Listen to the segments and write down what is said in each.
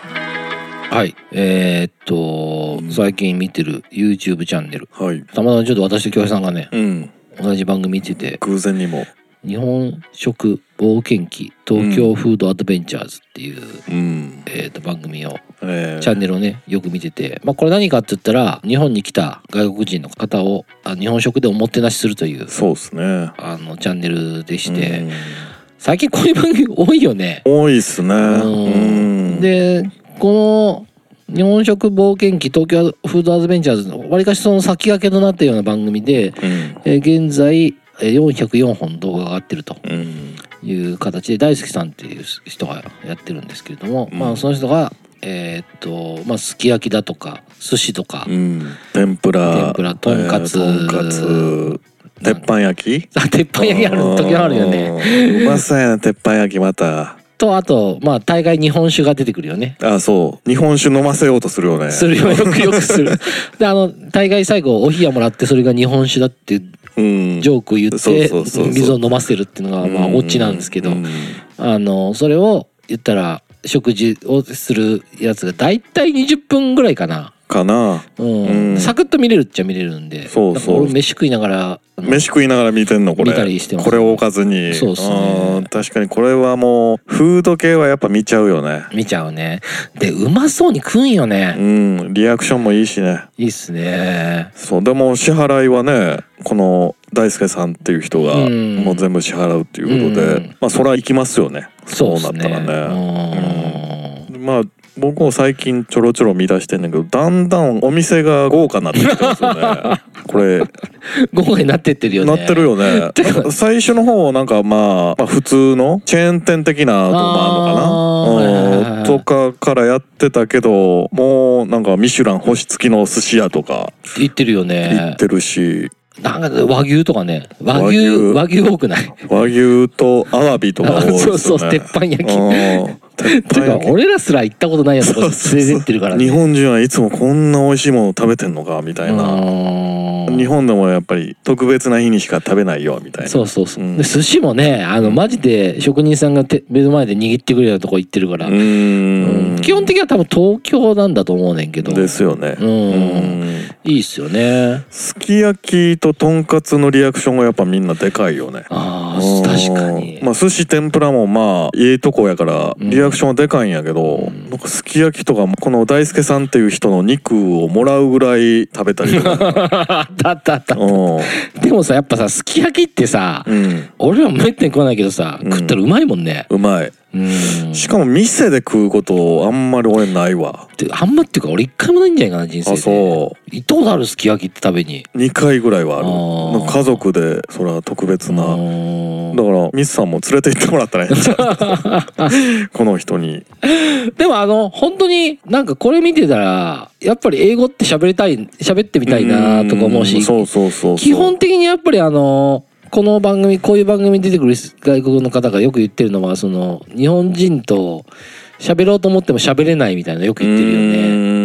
はい。えーっと、最近見てる YouTube チャンネル。はい。たまたまちょっと私と京平さんがね、うん。同じ番組見てて、偶然にも。日本食冒険記東京フードアドベンチャーズっていう、うん。えーっと、番組を、えー、チャンネルをね、よく見てて、まあこれ何かって言ったら、日本に来た外国人の方を、あ日本食でおもてなしするという、そうですね。あの、チャンネルでして、うん最近こういう番組多いよね。多いっすね。うん。、でこの「日本食冒険記東京フードアドベンチャーズ」のわりかしその先駆けとなったような番組で、うん。えー現在えー404本動画が上がってるとうん。いう形で大好きさんっていう人がやってるんですけれども、うんまあその人がえーっとまあすき焼きだとか寿司とか、うん。天ぷら。天ぷらとんかつえーとんかつ。鉄板焼きあ鉄板焼きある時もあるよね。うん。うまそうやな、鉄板焼きまた。とあとまあ大概日本酒が出てくるよね。あ、そう。日本酒飲ませようとするよね。するよよくよくする。であの大概最後お冷やもらってそれが日本酒だっていううん。ジョークを言そうそうそうっそてう水を飲ませるっていうのがまあうんオチなんですけどうんあのそれを言ったら食事をするやつが大体20分ぐらいかな、かな。うんうんサクッと見れるっちゃ見れるんでそうだそうから俺飯食いながらあの飯食いながら見てんのこれ見たりしてますこれをおかずにそうっすねん確かにこれはもうフード系はやっぱ見ちゃうよね見ちゃうねでうまそうに食うんようね、んリアクションもいいしねいいっすねそうでも支払いはねこの大輔さんっていう人がうんもう全部支払うっていうことで、うんまあそれは行きますよねそうそっうすなっねたらねうんうんまあ僕も最近ちょろちょろ見出してんだけどだんだんお店が豪華になってきてます よねこれ午後になってってるよねなってるよ ね。なんか最初の方なんかまあ、まあ、普通のチェーン店的なとこもあるあーはいのはいかはいはいなうんとかからやってたけどもうなんかミシュラン星付きの寿司屋とか行ってるよ行ねってるし、なんか和牛とかね和牛和和牛多くない和牛とアワビとか多いです そうよね。そう鉄板焼きうん 鉄て板か焼き俺らすら行ったことないようなとこ連れてってるからね日本人はいつもこんな美味しいもの食べてんのかみたいな。うん日本でもやっぱり特別な日にしか食べないよみたいな。そうそうそう、うんで寿司もねあのマジで職人さんが手目の前で握ってくれるようなとこ行ってるから、うーん。基本的には多分東京なんだと思うねんけどですよね。うんうんいいっすよねすき焼きととんかつのリアクションがやっぱみんなでかいよね。あうあん確かに、まあ寿司天ぷらもまあいいとこやからリアクションはでかいんやけど、なんかすき焼きとかもこの大輔さんっていう人の肉をもらうぐらい食べたりと か。あったあったあったうん。でもさやっぱさすき焼きってさ、うん。俺らもめったに食わないけどさ、うん食ったらうまいもんねうまい。うんしかも店で食うことあんまり俺ないわ。であんまっていうか俺一回もないんじゃないかな人生であ、そう。行ったことあるすき焼きって食べに2回ぐらいはあるあーなんか家族でそれは特別うなーんだからミスさんも連れて行ってもらったらいいんちゃ うこの人にでもあの、本当になんかこれ見てたら、やっぱり英語って喋りたい、喋ってみたいなとか思うしん、そうそうそうそう基本的にやっぱりあの、この番組、こういう番組に出てくる外国の方がよく言ってるのは、その、日本人と喋ろうと思っても喋れないみたいなのよく言ってるようね。ーん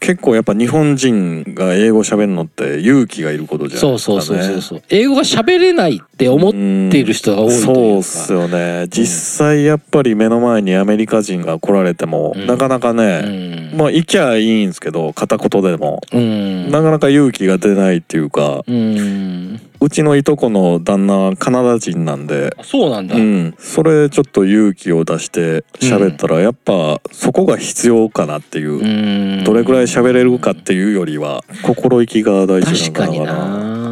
結構やっぱ日本人が英語喋るのって勇気がいることじゃないそでうすそか、ね、うそうそうそう。英語が喋れないって思っている人が多いというか。そうっすよね実際やっぱり目の前にアメリカ人が来られても、うんなかなかうね、ん。まあ行きゃいいんすけど片言でも、うん。なかなか勇気が出ないっていうかうん。うちのいとこの旦那カナダ人なんであそうなんだ。うん、それちょっと勇気を出して喋ったら、やっぱそこが必要かなっていう、うんどれくらい喋れるかっていうよりは心意気が大事確かなのにかな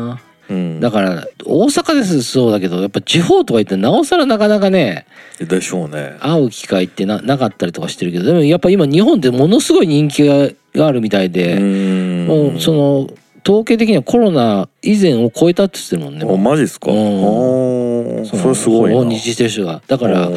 な。うん、だから大阪ですそうだけどやっぱ地方とか行ってなおさらなかなかねでしょうね会う機会ってななかったりとかしてるけどでもやっぱ今日本ってものすごい人気ががあるみたいうで、んもうその統計的にはコロナ以前を超えたって言ってるもんね。おマジっすか、うあんーそのそれすごい訪な日してる人がだかうらん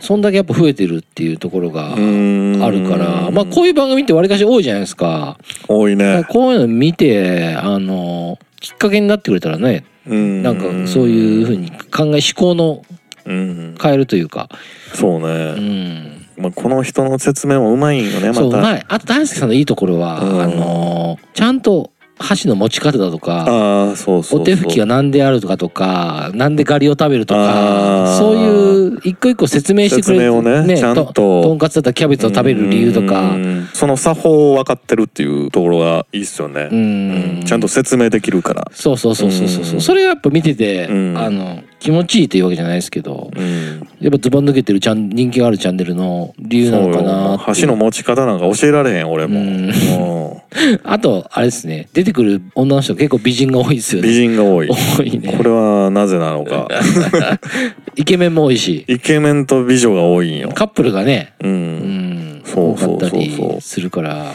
そんだけやっぱ増えてるっていうところがうんあるからまあこういう番組ってわりかし多いじゃないですか多いだからねこういうの見てあのきっかけになってくれたらねななんかそういうふうに考え思考のうん変えるというかそううね、んまあ、この人の説明もうまいんよねまたそううまいあと大輔さんのいいところは、うんあのーちゃんと箸の持ち方だとかああそうそうそうお手拭きが何であるとかとかなんでガリを食べるとあかーそういう一個一個説明してくれる説明をねちゃんととんかつだったらキャベツを食べる理由とかうんその作法を分かってるっていうところがいいっすよねう、んうんちゃんと説明できるから、そうそうそうそうそううんそれがやっぱ見ててうんあの気持ちいいというわけじゃないですけどうん、やっぱズバ抜けてるちゃん人気があるチャンネルの理由なのかなってい橋うの持ち方なんか教えられへん俺も、うんもあとあれですね出てくる女の人結構美人が多いですうよ美ね人が多い多い ねこれはなぜな のかイケメンも多いしイケメンと美女が多いんよ、カップルがねう、うんんそ多うそかっうそうそうたりするから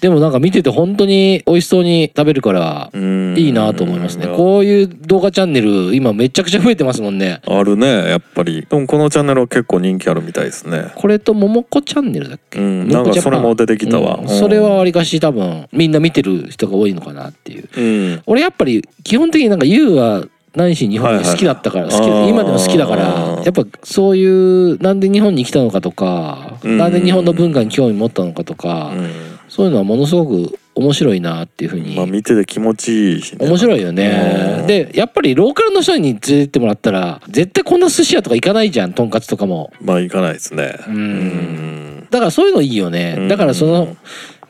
でもなんか見てて本当に美味しそうに食べるからうんいいなと思いますねこういう動画チャンネル今めちゃくちゃ増えてますもんねあるねやっぱりでもこのチャンネルは結構人気あるみたいですねこれとももこチャンネルだっけうんももこなんジかャパそンれも出てきたわ、ううんんそれはわりかし多分みんな見てる人が多いのかなっていううん俺やっぱり基本的になんか YOU は何しに日本に好きだったから、はいはい好あーき今でも好きだからやっぱそういうなんで日本に来たのかとか、うんなんで日本の文化に興味持ったのかとか、うんそういうのはものすごく面白いなっていうふうに、まあ見てて気持ちいいし、ね、面白いようねんでやっぱりローカルの人に連れてってもらったら絶対こんな寿司屋とか行かないじゃんとんかつとかもまあ行かないですねうんうんだからそういうのいいよね、だからその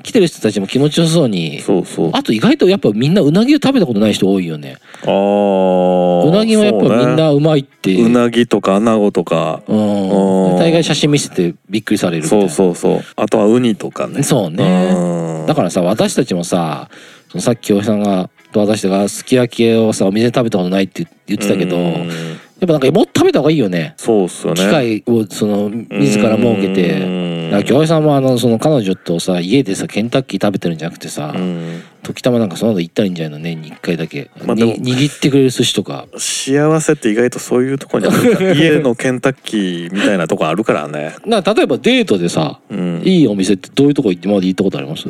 来てる人たちも気持ちよさそうにそうそうあと意外とやっぱみんなうなぎを食べたことない人多いよねあーうなぎはやっぱみんそうねなうまいってうなぎとかアナゴとかうんうん大概写真見せてびっくりされるみたいそうなそうそうあとはウニとかねそうねうんだからさ私たちもさそのさっきおじさんがと私たちがすき焼きをさお店で食べたことないって言ってたけどうやんっぱなんかもっと食べた方がいいよねそうっすよね機械をその自ら設けてうんだから京平さんもあのその彼女とさ家でさケンタッキー食べてるんじゃなくてさうん時たまなんかその後行ったらいいんじゃないの年に1回だけ、まあでもに握ってくれる寿司と か幸せって意外とそういうとこにあるから 家のケンタッキーみたいなとこあるからねな例えばデートでさうんいいお店ってどういうとこ行ってまで行ったことあります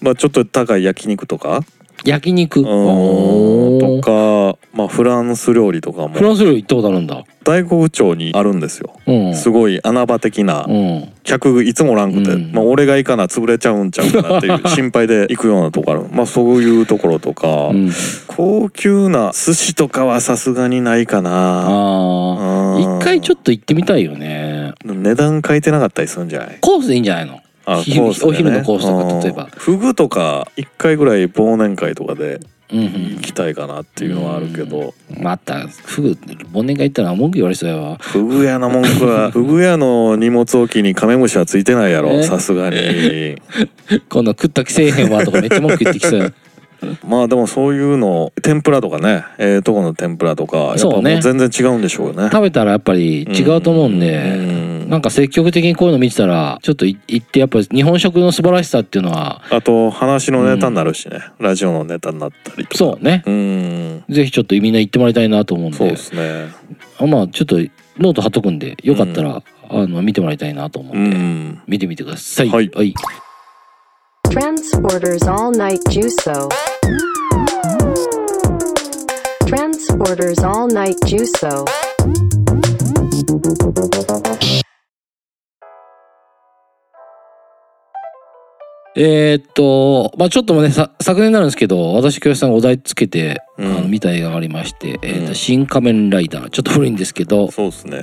まあちょっと高い焼肉とか焼肉うんおとーかまあフランス料理とかフもランス料理行ったことあるんだ大黒町にあるんですようんすごい穴場的なうん客いつもおらんくて、うんまあ、俺が行かな潰れちゃうんちゃうかなって いう心配で行くようなとこあるまあそういうところとか、うん高級な寿司とかはさすがにないかなああ一一回ちょっっと行ってみたいよねと値段書いてなかったりするんじゃないコースでいいんじゃないの昼お昼のコースとか例えばフグとか一回ぐらい忘年会とかでうん行きたいかなっていうのはあるけど、うんまたフグ忘年会行ったら文句言われそうやわ フグ屋の文句はフグ屋の荷物置きにカメムシはついてないやろねさすがにこんな食った気せえへんわとかめっちゃ文句言ってきそう やまあでもそういうの天ぷらとかねええとこの天ぷらとかやっぱもそううね全然違うんでしょうね食べたらやっぱり違うと思うんうでんなんか積極的にこういうの見てたらちょっとい行ってやっぱり日本食の素晴らしさっていうのはあと話のネタになるしね、ラジオのネタになったりとかそうねうんぜひちょっとみんな行ってもらいたいなと思うんそうでですねあまあちょっとノート貼っとくんでよかったら、あの見てもらいたいなと思ううんで、ん見てみてくださいはいはい、 Transporters All Night Juso. Transporters All Night Juso. えーっとまあちょっともねさ昨年になるんですけど私京平さんがお題つけて、うんあの見た映画がありまして「えーっうとん新仮面ライダー」ちょっと古いんですけど、そうですね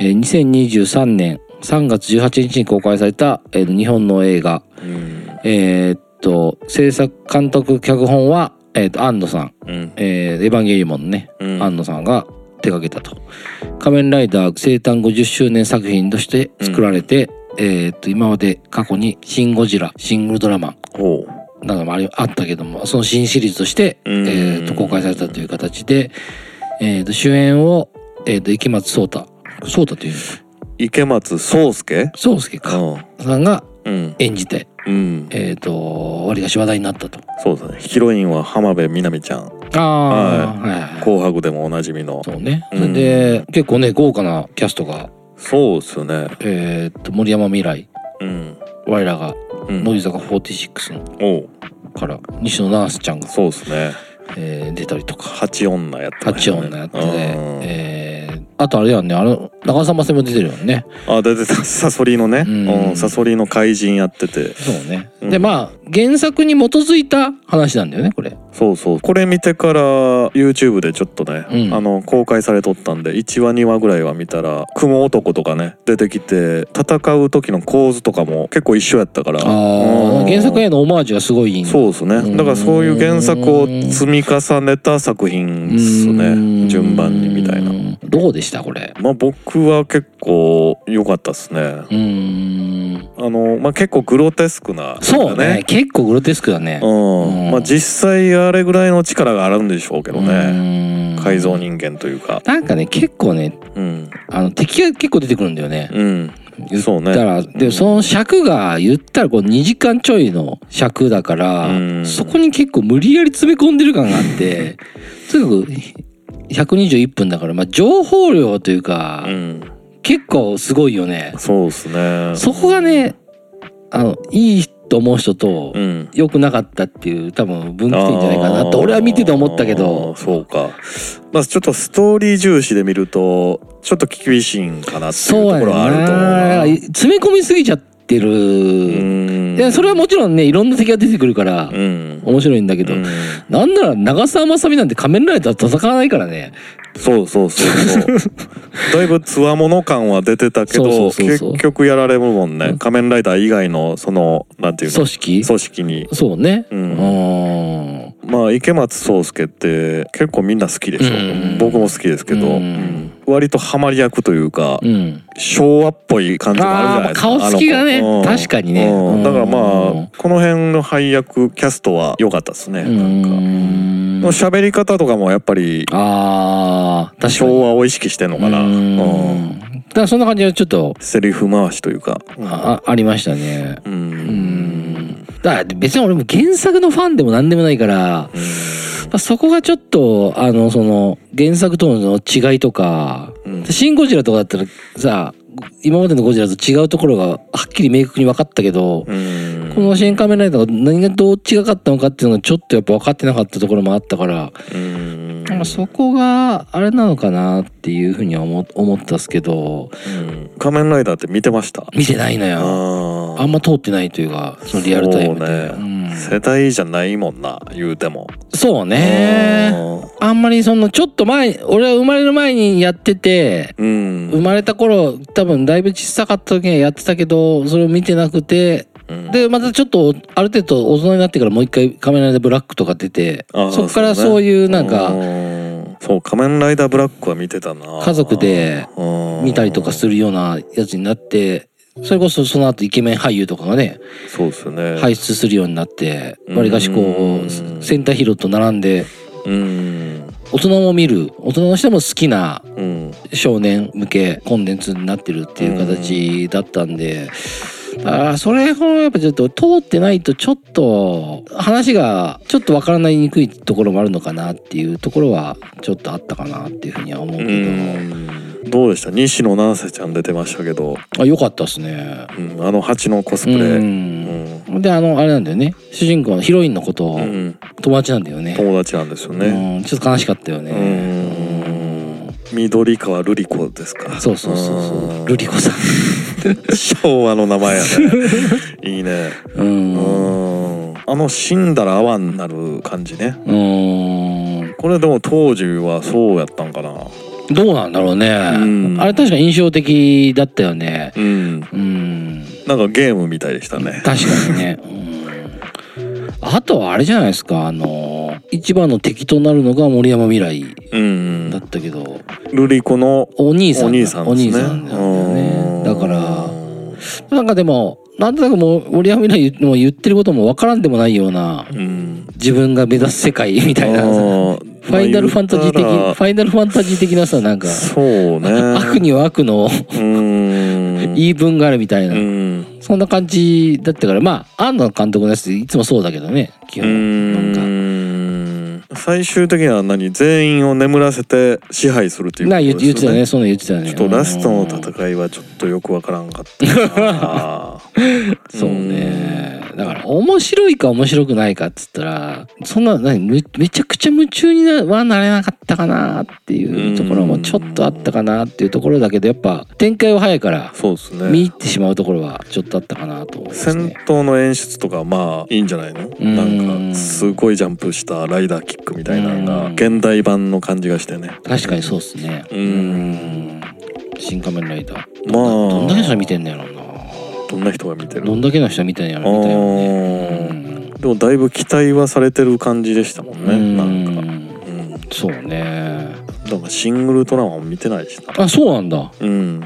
えー2023年3月18日に公開された、えー日本の映画うんえーっと制作監督脚本は、えーっと安野さんうんえーエヴァンゲリオンのね、うん安野さんが手掛けたと「仮面ライダー生誕50周年作品」として作られて、えーっと今まで過去に「シン・ゴジラ」「シン・ウルトラマンほ」などもありあったけどもその新シリーズとして、えうんーっと公開されたという形で、えーっと主演を、えーっと池松壮太壮太というう池松壮介壮介うか、んさんがうん演じて、うんえーっと割りかし話題になったと。そうですねヒロインは浜辺美波ちゃんああ、はいはい「はい紅白」でもおなじみのそうね、うんで結構ね豪華なキャストがそうっすよねえーっと森山未来うん我らがうん乃木坂46のおうから西野七瀬ちゃんが、そうっすねえー出たりとか八女やってまし八たね女やってて、うんえーあとあれだよねあの長澤まさみも出てるよねあ出てたサソリのね、うんうんサソリの怪人やっててそうね、うんでまあ原作に基づいた話なんだよねこれそうそうこれ見てから YouTube でちょっとね、うんあの公開されとったんで1話2話ぐらいは見たら雲男とかね出てきて戦う時の構図とかも結構一緒やったからあーうん原作へのオマージュがすごいいいんだそうですねだからそういう原作を積み重ねた作品ですうねん順番にみたいなどうでしたこれまあ僕は結構良かったですねうーんあの、まあ、結構グロテスクなそうね結構グロテスクだねうんうんまあ実際あれぐらいの力があるんでしょうけどねうーん改造人間というかなんかね結構ねうんあの敵が結構出てくるんだよねうん言っそうねたら、でその尺が言ったらこう2時間ちょいの尺だから、うんそこに結構無理やり詰め込んでる感があって とにかく121分だから、まあ、情報量というか、うん結構すごいよね。そうですねそこがねあのいいと思う人と、うん良くなかったっていう多分分岐点じゃないかなと俺は見てて思ったけあーどそうかまあちょっとストーリー重視で見るとちょっと厳しいんかなっていうそうとやこねんろはなあると思うなだから詰め込みすぎちゃってる、うんいやそれはもちろんねいろんな敵が出てくるからう、ん面白いんだけど、うんなんなら長澤まさみなんて仮面ライダーと戦わないからね。そうそうそうそうだいぶつわもの感は出てたけどそうそうそうそう結局やられるもんね仮面ライダー以外のそのなんていうの組織そ組織にうね。ううんん。んまあ池松壮亮って結構みんな好きでしょ、うん僕も好きですけど、うんうん割とハマり役というか、うん。昭和っぽい感じもあるじゃないですかあーまあ顔つきがねあの子確かにねうんうんだからまあこの辺の配役キャストは良かったですね、なんかの喋り方とかもやっぱりああ、確か昭に。和を意識してんのかな、うんうんだからそんな感じはちょっと、セリフ回しというか、あ、あありましたね。ううんん。だから別に俺も原作のファンでも何でもないから、まあそこがちょっと、あの、その、原作との違いとか、うんシン・ゴジラとかだったらさ今までのゴジラと違うところがはっきり明確に分かったけど、うんこの「新仮面ライダー」が何がどう違かったのかっていうのがちょっとやっぱ分かってなかったところもあったから、うんまあそこがあれなのかなっていうふうには思思ったっすけどうん仮面ライダーって見てました見てないのあよーあんま通ってないというかそのリアルタイムでそうねうん世代じゃないもんな言うてもそうねあんまりそのちょっと前俺は生まれる前にやっててうん生まれた頃多分だいぶ小さかった時にはやってたけどそれを見てなくてうんでまたちょっとある程度大人になってからもう一回「仮面ライダーブラック」とか出てあーそっからそういうなんかうんそう仮面ライダーブラックは見てたな家族で見たりとかするるようなやつになってそれこそその後イケメン俳優とかがねそうですね輩出するようになってうんわりかしこうんうセンターヒーローと並んでうん大人も見る大人の人も好きなうん少年向けコンテンツになってるっていう形だったんで、ああそれほどやっぱちょっと通ってないとちょっと話がちょっとわからないにくいところもあるのかなっていうところはちょっとあったかなっていうふうには思ううけど、んどうでした西野七瀬ちゃん出てましたけど、あ良かったですね。うん、あの蜂のコスプレううんんであのあれなんだよね主人公のヒロインのことをうん友達なんだよね,、友達なんですよね、うんちょっと悲しかったよね、うん緑川瑠璃子ですかそうそうそうそんうルリコさん昭和の 名前やねいいねうんうんあの死んだら泡になる感じねうんこれでも当時はそうやったんかなどうなんだろうね、うんあれ確か印象的だったよねうんうんなんかゲームみたいでしたね確かにね、うん、あとはあれじゃないですかあの一番の敵となるのが森山未来うんだったけど瑠璃子のお兄さんおが兄さんでおすね兄さんなんだようんねだからなんかでもなんとなくもう森山未来の言ってることもわからんでもないようなうん自分が目指す世界みたいなあフーァイナルファンタジー的フまあ言ったらァイナルファンタジー的なさなんかそうね悪には悪のうん言い分があるみたいなうんそんな感じだったから、まあ、庵野監督のやついつもそうだけどね、基う本。なんか、ん最終的には何全員を眠らせて支配するっていうこなと言って言ってですよたねね、その言ってたね。ちょっとラストのうん 戦いはちょっとよくわからんかったなそうね。だから、面白いか面白くないかっつったら、そんな、何、むめちゃくちゃ夢中になはなれなかったかなっていうところもちょっとあったかなっていうところだけど、やっぱ、展開は早いから、そうです見ね入ってしまうところはちょっとあったかなと思います戦ね。闘の演出とかまあいいんじゃないのんなんかすごいジャンプしたライダーキックみたいなのがうん現代版の感じがしてね確かにそうっすね。ううんん。新仮面ライダー。まあどんだけの人見てんねやろうな。どんな人が見てるどんだけの人見てんやあろみたいなね。ーでもだいぶ期待はされてる感じでしたもんうねんなんかうんうんだそうね。からシングルトラマン見てないしなあ、そうなんだ。うん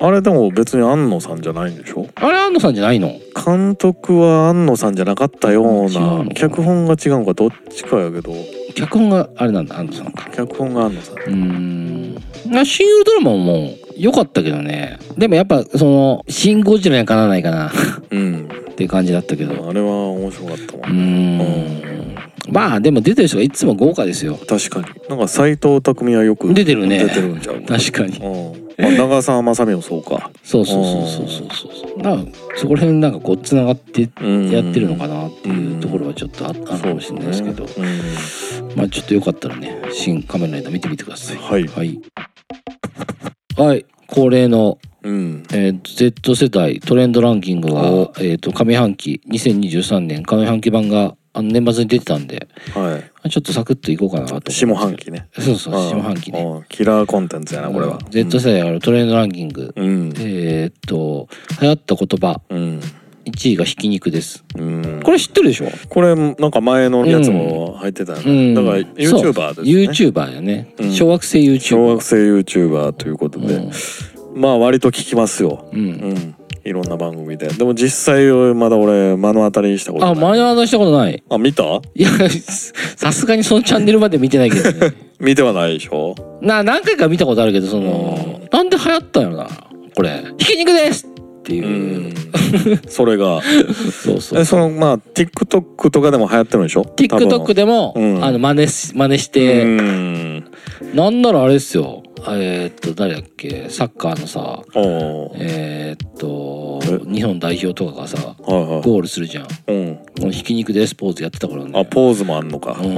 あれでも別に安野さんじゃないんでしょあれ、安野さんじゃないの監督は安野さんじゃなかったよう違うのかなな脚本が違うのかどっちかやけど脚本があれなんだ、安野さんか。脚本が安野さんうーん。あシン・ウルトラマンも良かったけどね。でもやっぱ、その、シン・ゴジラにはかなわないかなっうんていう感じだったけど。あれは面白かったもうーん、ん。まあ、でも出てる人がいつも豪華ですよ。確かになんか斎藤匠はよく出てるね出てるんちゃう確かに。うん、あ長澤まさみもそうかそうそうそうそうそうそう。なんか、そこら辺なんかこう、繋がって、やってるのかななっていうところはちょっとああるかもしれないですけど、まあちょっとよかったらね、新仮面ライダー見てみてください。はいはい。はい、恒例のうんえー Z 世代トレンドランキングがお、えー、と上半期2023年上半期版があの年末に出てたんではちょっとサクッといこうかなと思ってい下半期ねそうそううん下半期ねうんキラーコンテンツやなこれはうん Z 世代のトレンドランキング、うんえっと流行った言葉うん1位がひき肉ですうんこれ知ってるでしょこれなんか前のやつも入ってたようねんだからそう YouTuber ですね YouTuber やね、うん小学生 YouTuber 小学生 YouTuber ということでまあ割と聞きますようん、うんうんいろんな番組ででも実際まだ俺目の当たりにしたことあない前の話したことないあ見たいやさすがにそのチャンネルまで見てないけどね 見てはないでしょな何回か見たことあるけどその、なんで流行ったんやろなこれ「ひき肉です!」ってういう、んそれがそう そえうそのまあ TikTok とかでも流行ってるんでしょ TikTok ででも、うんあの真似し真似して、うんなんならあれですよえーっと誰だっけサッカーのさおーえーっとえ日本代表とかがさはいはゴールするじゃんこいうんの「ひき肉です」ポーズやってたからねあポーズもあんのかあうん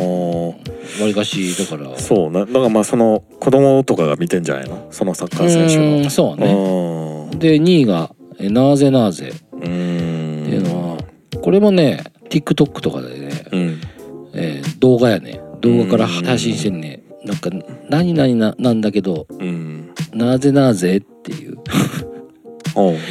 ーわりかしだからそうねだからまあその子供とかが見てんじゃないのそのサッカー選手うのんそうねあーで2位がえ「なぜなぜ」っうていうのは、んこれもね TikTok とかでねうんえー動画やね動画から配信してんねなんか何々ななんだけどうんなぜなぜっていうおう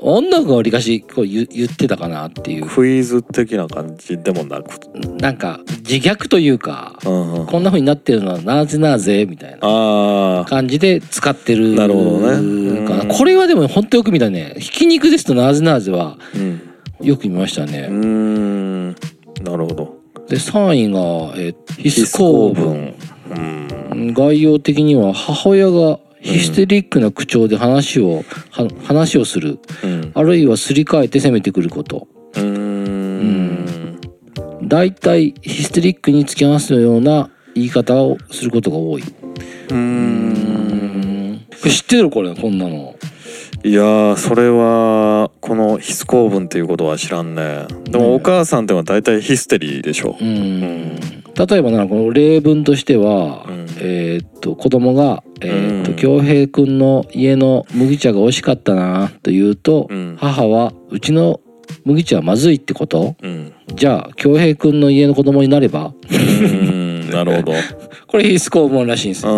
女の子がわりかしこう言言ってたかなっていうクイズ的な感じでもなくなんか自虐というかうんうんこんな風になってるのはなぜなぜみたいなあー感じで使ってるなるほどねかなうんこれはでも本当よく見たねひき肉ですとなぜなぜはうんよく見ましたね、うんなるほどで3位が、えー、ヒス構文うん概要的には母親がヒステリックな口調で話を、は話をするうんあるいはすり替えて攻めてくることうーん大体ヒステリックに突き放すような言い方をすることが多いうん知ってるこれこんなのいやーそれはこのヒス構文っていうことは知らんねでねもお母さんってのは大体ヒステリーでしょう、ん例えばなこの例文としては、うんえーっと子供が「えーっとうん恭平くんの家の麦茶が美味しかったな」と言うと、うん母は「うちの麦茶はまずいってこと?」うん、じゃあ恭平くんの家の子供になればうん なるほどこれ必須公文らしいんですよう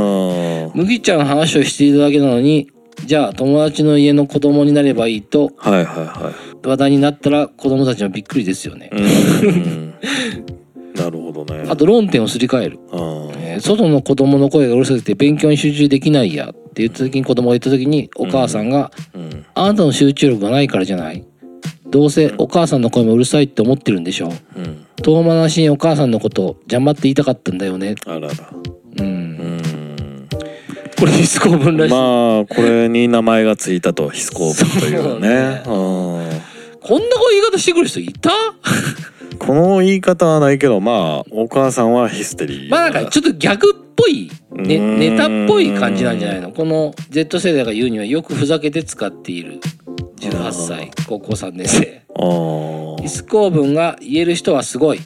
ん麦ちゃんの話をしていただけなのにじゃあ友達の家の子供になればいいとはいはいは話題になったら子供たちもびっくりですよねい、うんなるほどねあと論点をすり替える、うんえー外の子供の声がうるさくて勉強に集中できないやって言った時に子供が言った時にお母さんがうん「あなたの集中力がないからじゃないどうせお母さんの声もうるさいって思ってるんでしょううん遠回しにお母さんのことを邪魔って言いたかったんだよねあらら」ううんんこれ必須公文らしいまあこれに名前がついたとヒス構文というねそうんこんな言い方してくる人いたこの言い方はないけどまあお母さんはヒステリーまあなんかちょっとギャグっぽい、ね、うーんネタっぽい感じなんじゃないのこの Z 世代が言うにはよくふざけて使っている18歳高校3年生あーイス公文が言える人はすごい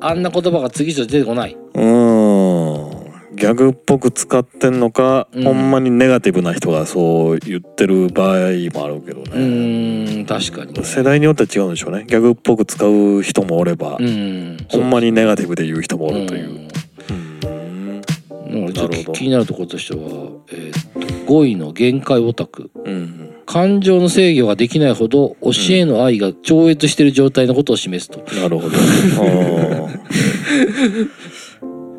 あんな言葉が次々出てこないうーんギャグっぽく使ってんのか、うんほんまにネガティブな人がそう言ってる場合もあるけどうね、ーん確かにね世代によっては違うんでしょうねギャグっぽく使う人もおれば、うんほんまにネガティブで言う人もおるという、んうんだからちょっとなるほど気になるところとしては、えー、5位の限界オタクうん、感情の制御ができないほど教えの愛が超越している状態のことを示すと、なるほどあ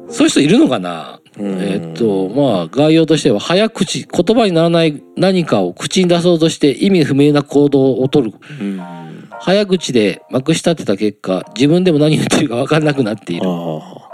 そういう人いるのかな、ーうんえーっとまあ概要としては早口言葉にならない何かを口に出そうとして意味不明な行動をとるうんあ早口でまくし立てた結果自分でも何言ってるか分かんなくなっているあ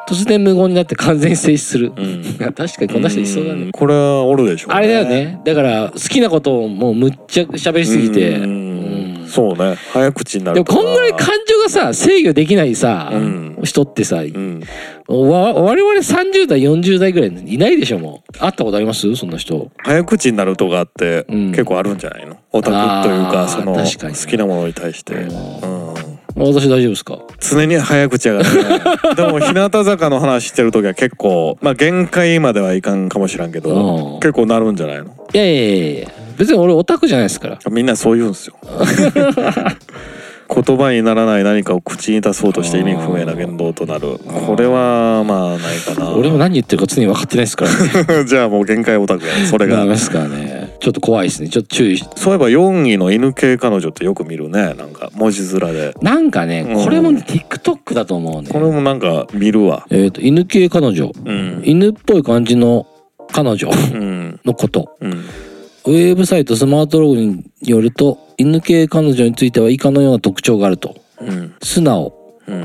突然無言になって完全に静止する、うん 確かにこんな人いそうだねんこれはおるでしょう、あれだよねだから好きなことをもうむっちゃ喋りすぎてううんんそうね早口になでるもとこんぐらい感情がさ制御できないさ、うん人ってさ、うんわ我々30代40代ぐらいいないでしょもう会ったことありますそんな人早口になるとかってうん結構あるんじゃないの、オタクというあーかその確かに好きなものに対して、ううん私大丈夫ですか常に早口や からねでも日向坂の話してる時は結構まあ限界まではいかんかもしらんけうんど結構なるんじゃないのいやいやいやいや別に俺オタクじゃないですからみんなそう言うんで すよ言葉にならない何かを口に出そうとして意味不明な言動となるこれはまあないかな俺も何言ってるか常に分かってないですからね じゃあもう限界オタクやそ れダメがですからねちょっと怖いですねちょっと注意しそういえば4位の犬系彼女ってよく見るねなんか文字面でなんかねうんこれもね TikTok だと思うねこれもなんか見るわえっ、と犬系彼女うん犬っぽい感じの彼女うんのことうんウェブサイトスマートログによると犬系彼女については以下のような特徴があるとうん素直うん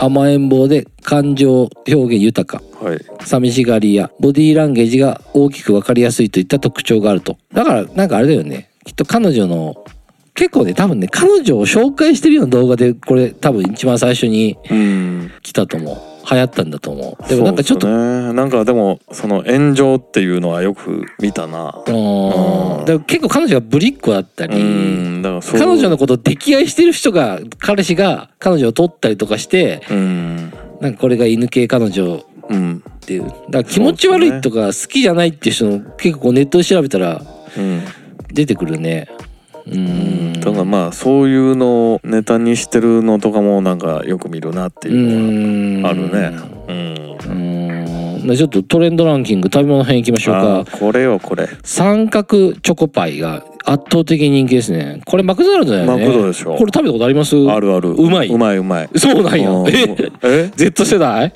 甘えん坊で感情表現豊かはい寂しがりやボディーランゲージが大きく分かりやすいといった特徴があるとだからなんかあれだよねきっと彼女の結構ね多分ね彼女を紹介してるような動画でこれ多分一番最初にうん来たと思う流行ったんだと思うでもなんかちょっとそうですねなんかでもその炎上っていうのはよく見たなうんうんでも結構彼女がぶりっ子だったうり、んだからそう彼女のことを溺愛してる人が彼氏が彼女を取ったりとかしてうんなんかこれが犬系彼女うんっていうだから気持ち悪いとか好きじゃないっていう人の結構こうネットで調べたらうん出てくるねううんんだからまあそういうのをネタにしてるのとかもなんかよく見るなってういうんのはあるねうんうんまあちょっとトレンドランキング食べ物編いきましょうあかーこれよこれ三角チョコパイが圧倒的に人気ですねこれマクドナルドだよねマクドでしょこれ食べたことありますあるあるうまいうまいうまいそうなんやうんええ Z 世 代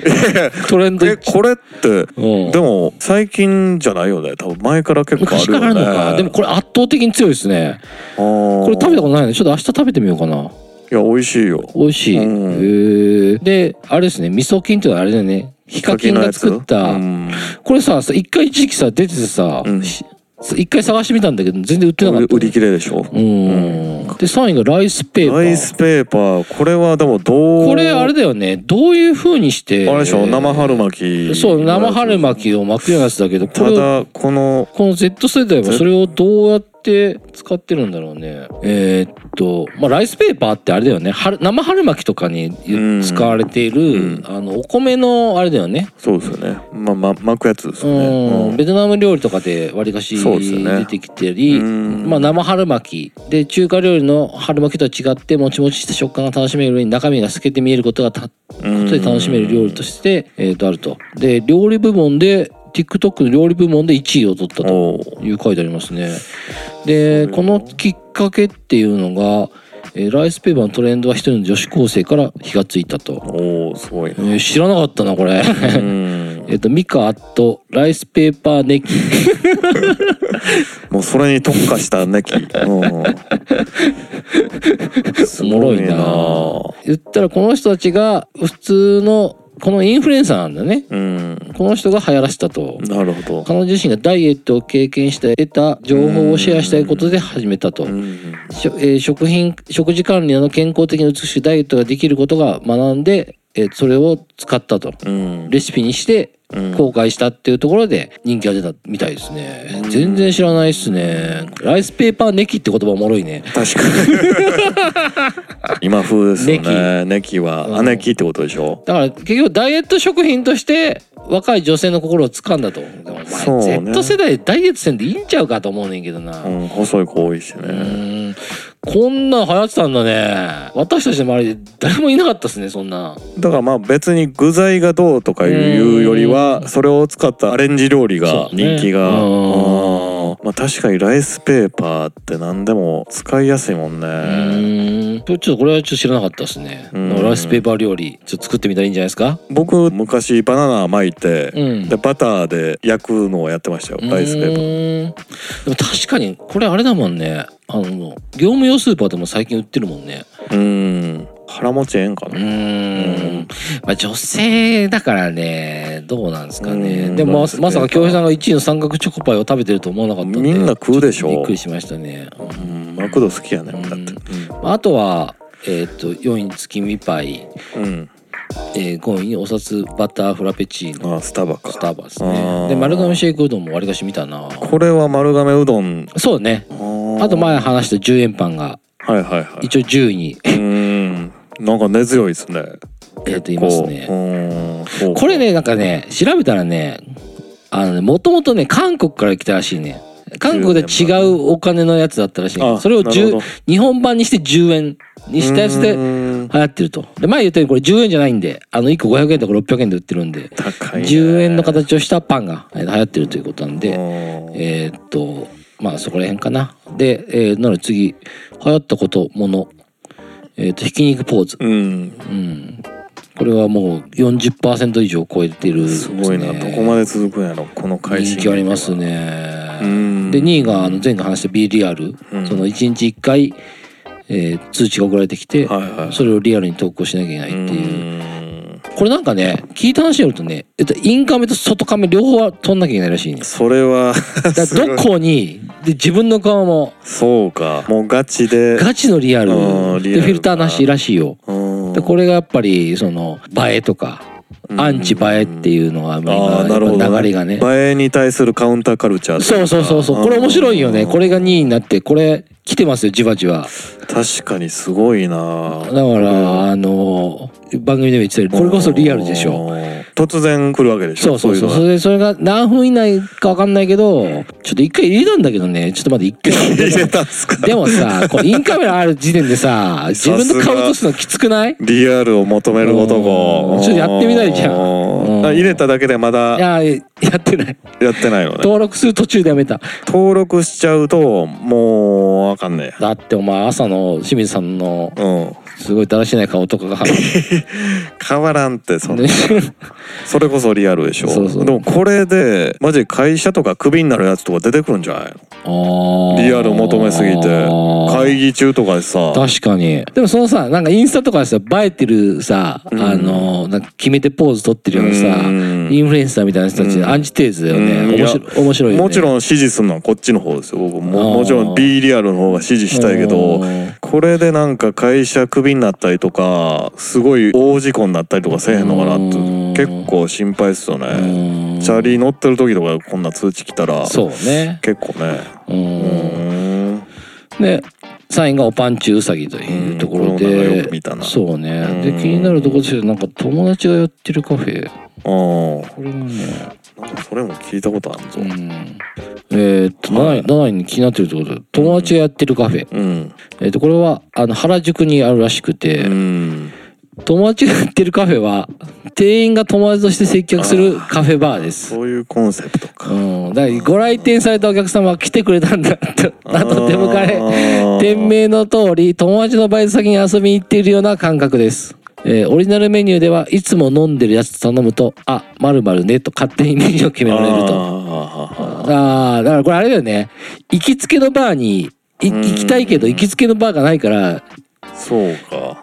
トレンドえこれってうんでも最近じゃないよね多分前から結構あ昔るからあよるのねか。でもこれ圧倒的に強いですね。ここれ食べたことないので、ちょっと明日食べてみようかな。いや美味しいよ美味しい。へうんーで、あれですね、味噌菌っていうのはあれだよね。ヒカキンが作ったう。んこれさ、さ一回一時期さ、出ててさう、んし一回探してみたんだけど、全然売ってなか売っりた。売り切れでしょうん。で、3位がライスペーパライスー。ペーパーこれはでもどうこれあれだよね、どういう風にして。あれでしょ生春巻きそう、生春巻きを巻くようなやつだけど、こたれをだこのこの Z 世代はそれをどうやって使ってるんだろうね。えーっと、まあ、ライスペーパーってあれだよね。春生春巻きとかにうん使われている、うんあの、お米のあれだよね。そうですよねまあま巻くやつですうよん、ねベトナム料理とかでわりかしそうですよね出てきたり、うんまあ、生春巻きで中華料理の春巻きとは違ってもちもちした食感が楽しめる上に中身が透けて見えることがたうんことで楽しめる料理として、えーっとあると。で料理部門で TikTok の料理部門で1位を取ったと。おういう書いてありますね。で、このきっかけっていうのが、えーライスペーパーのトレンドは一人の女子高生から火がついたと。おうすごいえねー知らなかったな、これ。 うんえっと、ミカアット、ライスペーパーネキ。もうそれに特化したね きうんおもろいなすご言ったらこの人たちが普通の、このインフルエンサーなんだね。いなうんこの人が流行らせたと。なるほど彼女自身がダイエットを経験して得た情報をシェアしたいことで始めたと。うんしょえー食品食事管理など健康的に美しいダイエットができることが学んで、えーそれを使ったとうんレシピにしてうん後悔したっていうところで人気が出たみたいですねうん全然知らないっすねライスペーパーネキって言葉おもろいね確かに今風ですよねネキうんは姉貴ってことでしょだから結局ダイエット食品として若い女性の心を掴んだとでもそうお前、ね Z 世代ダイエットせんでいいんちゃうかと思うねんけどな、うん細い子多いしうねーんこんなん流行ってたんだね私たちの周りで誰もいなかったっすねそんなだからまあ別に具材がどうとかいうよりはそれを使ったアレンジ料理がそうね人気が、うんうんまあ確かにライスペーパーって何でも使いやすいもんうねーんちょっとこれはちょっと知らなかったっすねうんライスペーパー料理ちょっと作ってみたらいいんじゃないですか僕昔バナナ巻いてうんでバターで焼くのをやってましたよライスペーパーーパーでも確かにこれあれだもんねあの業務用スーパーでも最近売ってるもんねうん腹持ちええんかうなーん、まあ、女性だからねどうなんですかうねんでもままあまさか京平さんが1位の三角チョコパイを食べてると思わなかったんでみんな食うでしょびっくりしましたね、うんマクド好きやねだってまあ、あとはえっ、と4位に月見パイ、うんえー、5位にお札バターフラペチーノあスタバかスターバーですあねーで丸亀シェイクうどんもわりかし見たなこれは丸亀うどんそうねああと前はい話した10円パンがはいはい一応10位にうーんなんか根強いですねえっといますねこううーんそうかこれねなんかね調べたらねあのねもともとね韓国から来たらしいね韓国で違うお金のやつだったらしいけどあそれをなるほ10ど日本版にして10円にしたやつでう流ーん行ってるとで前言ったようにこれ10円じゃないんであの1個500円とか600円で売ってるんで高いね10円の形をしたパンがえー流行ってるということなんうでーんえーっとまあそこら辺かなで、えーなので次流行ったことものえーっとひき肉ポーズうんうんこれはもう40%以上超えてるすごいなどこまで続くんやろこの会人心気ありますねうんで2位があの前回話した B リアル、うんその1日1回、えー通知が送られてきて、はいはいそれをリアルに投稿しなきゃいけなういっていう、ーんこれなんかね聞いた話によるとね、えっと、インカメと外カメ両方は撮んなきゃいけないらし いねそれはだすごかいらどこにで自分の顔もそうかもうガチでガチのリアルあーリアルでフィルターなしらしいようんでこれがやっぱりその映えとかうんアンチ映えっていうのが今ああなるほやっぱど流れがね映えに対するカウンターカルチャーそうそうそうそうこれ面白いよねこれが2位になってこれ来てますよじわじわれ確かにすごいなだからあの番組でも言ってたようにこれこそリアルでしょ突然来るわけでしそょうそうそうそいれそれが何分以内か分かんないけどちょっと一回入れたんだけどねちょっと待って一回 のが入れたんすかでもさこうインカメラある時点でさ自分の顔映すのきつくないリアルを求めるう男んちょっとやってみたいじゃんうんあ入れただけでまいだややってないやってないのね登録する途中でやめた登録しちゃうともうあかんねだってお前朝の清水さんのやうんすごいだらしない顔とかが 変わらんってそんなそれこそリアルでしょそうそうでもこれでマジで会社とかクビになるやつとか出てくるんじゃないのリリアル求めすぎて会議中とかでさ確かにでもそのさなんかインスタとかでさ映えてるさ、うんあのなんか決めてポーズ取ってるようなさ、うんインフルエンサーみたいな人たちうんアンチテーズだよね、うん面白い面白いよねもちんろん支持するのはこっちの方ですよ僕あーももちろん B リアルの方が支持したいけどこれでなんか会社クビになったりとかすごい大事故になったりとかせえへんのかなってうん結構心配っすよねチャリ乗ってる時とかこんな通知来たらそうね結構ねううんーんで3位がおパンチウサギというところうんこれもなんかでよく見たなそうねでうん気になるところですけどなんか友達がやってるカフェあこれがねあなんかそれも聞いたことあるぞうんえーっと7位 ,7 位に気になってるところで友達がやってるカフェうんえっと、これは、あの、原宿にあるらしくて、うん友達がやってるカフェは、店員が友達として接客するカフェバーです。そういうコンセプトかうん。だから、ご来店されたお客様は来てくれたんだと、あと出迎え。え店名の通り、友達のバイト先に遊びに行っているような感覚です。えーオリジナルメニューでは、いつも飲んでるやつ頼むと、あ、まるまるね、と勝手にメニューを決められると。とああ、だからこれあれだよね。行きつけのバーに、い行きたいけど、うん行きつけのバーがないから、そうか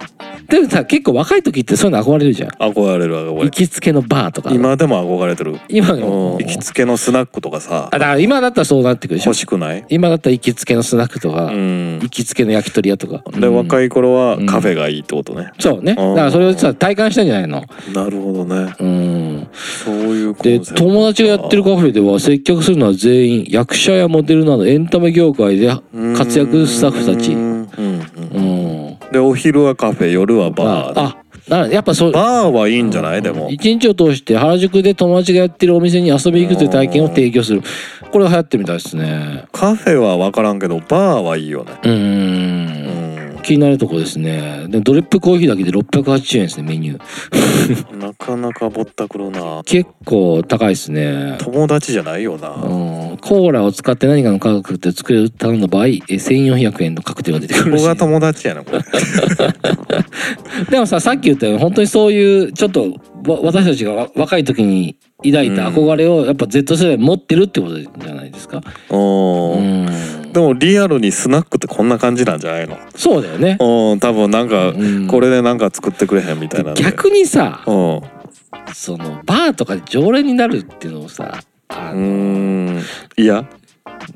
でもさ結構若い時ってそういうの憧れるじゃん憧れる憧れ行るきつけのバーとか今でも憧れてる今うんの行きつけのスナックとかさあだから今だったらそうなってくるでしょ欲しくない今だったら行きつけのスナックとか、うん行きつけの焼き鳥屋とかでい若い頃はうんカフェがいいってことねそうねだからそれをさ体感したんじゃないのなるほどねうんそういうコンでセプト友達がやってるカフェでは接客するのは全員役者やモデルなどエンタメ業界で活躍スタッフたちううんんうんあでお昼はカフェ夜はバーであだからやっぱそうバーはいいんじゃないでも一日を通して原宿で友達がやってるお店に遊びに行くという体験を提供するこれが流行ってるみたいですねカフェは分からんけどバーはいいよねううんん気になるとこですねでもドリップコーヒーだけで680円ですねメニューなかなかぼったくるな結構高いですね友達じゃないよなうんコーラを使って何かの化学で作れる頼んだ場合え1400円のカクテルが出てくこるこしが友達やなこれでもささっき言ったように本当にそういうちょっとわ私たちがわ若い時に抱いた憧れをやっぱ Z 世代持ってるってことじゃないですか。ううんんでもリアルにスナックってこんな感じなんじゃないのそうだよね。うん多分なんかうんこれでなんか作ってくれへんみたいなんで逆にさうんうそのバーとかで常連になるっていうのをさあーんいや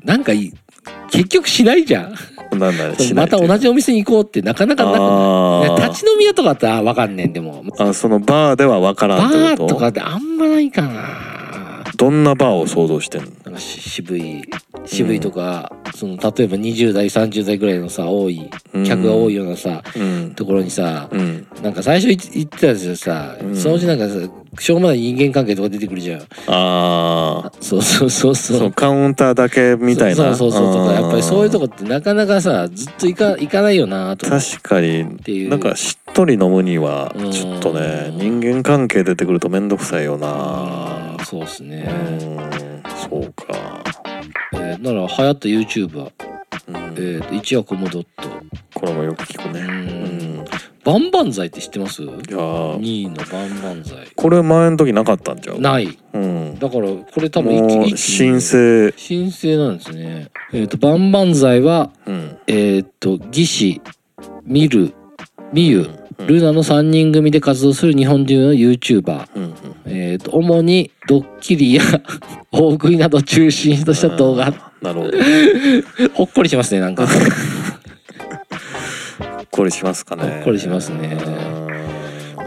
なんかい結局しないじゃん。なんだしないまた同じお店に行こうってなかなかなくあないー立ち飲み屋とかだったらわかんねんでもあそのバーでは分かバらんってーこととかであんまないかな。どんなバーを想像してんのなんかし渋い渋いとか、その例えば20代30代ぐらいのさ多いうん客が多いようなさ、うんところにさ、うんなんか最初い行ってたんですよさ、うんそのうちなんかさしょうもない人間関係とか出てくるじゃんああそうそうそうそうそうカウンターだけみたいなそうそうそうとかんやっぱりそういうとこってなかなかさずっと行か行かないよなと思っ確かにていうなんかしっとり飲むにはちょっとねうん人間関係出てくると面倒くさいよなあーそうですうね、んそうかえーなら流行った YouTuber、うんえーと一夜コムドットこれもよく聞くねうんうんバンバンザイって知ってますいやー ?2 位のバンバンザイこれ前の時なかったんちゃうないうんだからこれ多分一も気うに申請申請なんですねえっ、とバンバンザイはうんえっ、と義士ミルミユうんルナの3人組で活動する日本人の YouTuber うんうんえっ、と主にドッキリや 大食いなどを中心とした動あ画ーなる ほどほっこりしますねなんかほっこりしますかね。ほっこりしますねう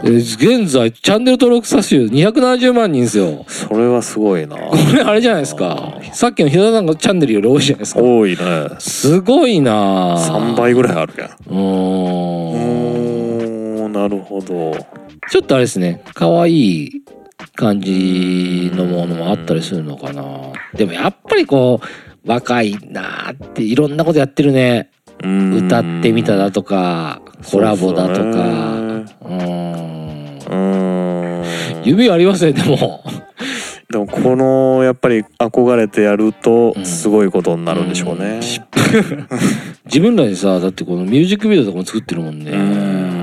えー現在チャンネル登録者数270万人ですよんそれはすごいな。これあれじゃないですかさっきのひ田さんがチャンネルより多いじゃないですか多いね。すごいなあ3倍ぐらいあるやん。うーんおーなるほど。ちょっとあれですね可愛い感じのものもあったりするのかなでもやっぱりこう若いなーっていろんなことやってるねうん歌ってみただとかコラボだとかそうっすうーんよねうん。夢ありますねでもでもこのやっぱり憧れてやるとうんすごいことになるんでしょうね。自分らでさだってこのミュージックビデオとかも作ってるもんうねん。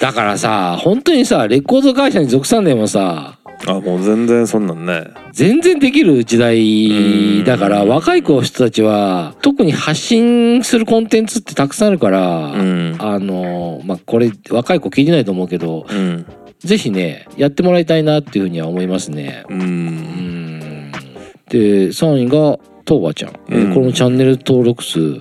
だからさ本当にさレコード会社に属さんでもさあもう全然そんなんね。全然できる時代だからうん若い子の人たちは特に発信するコンテンツってたくさんあるから、うん。あのまあこれ若い子聞いてないと思うけどうん。ぜひねやってもらいたいなっていうふうには思いますね。う。うんんで3位がトーバちゃん、えーうんこれもチャンネル登録数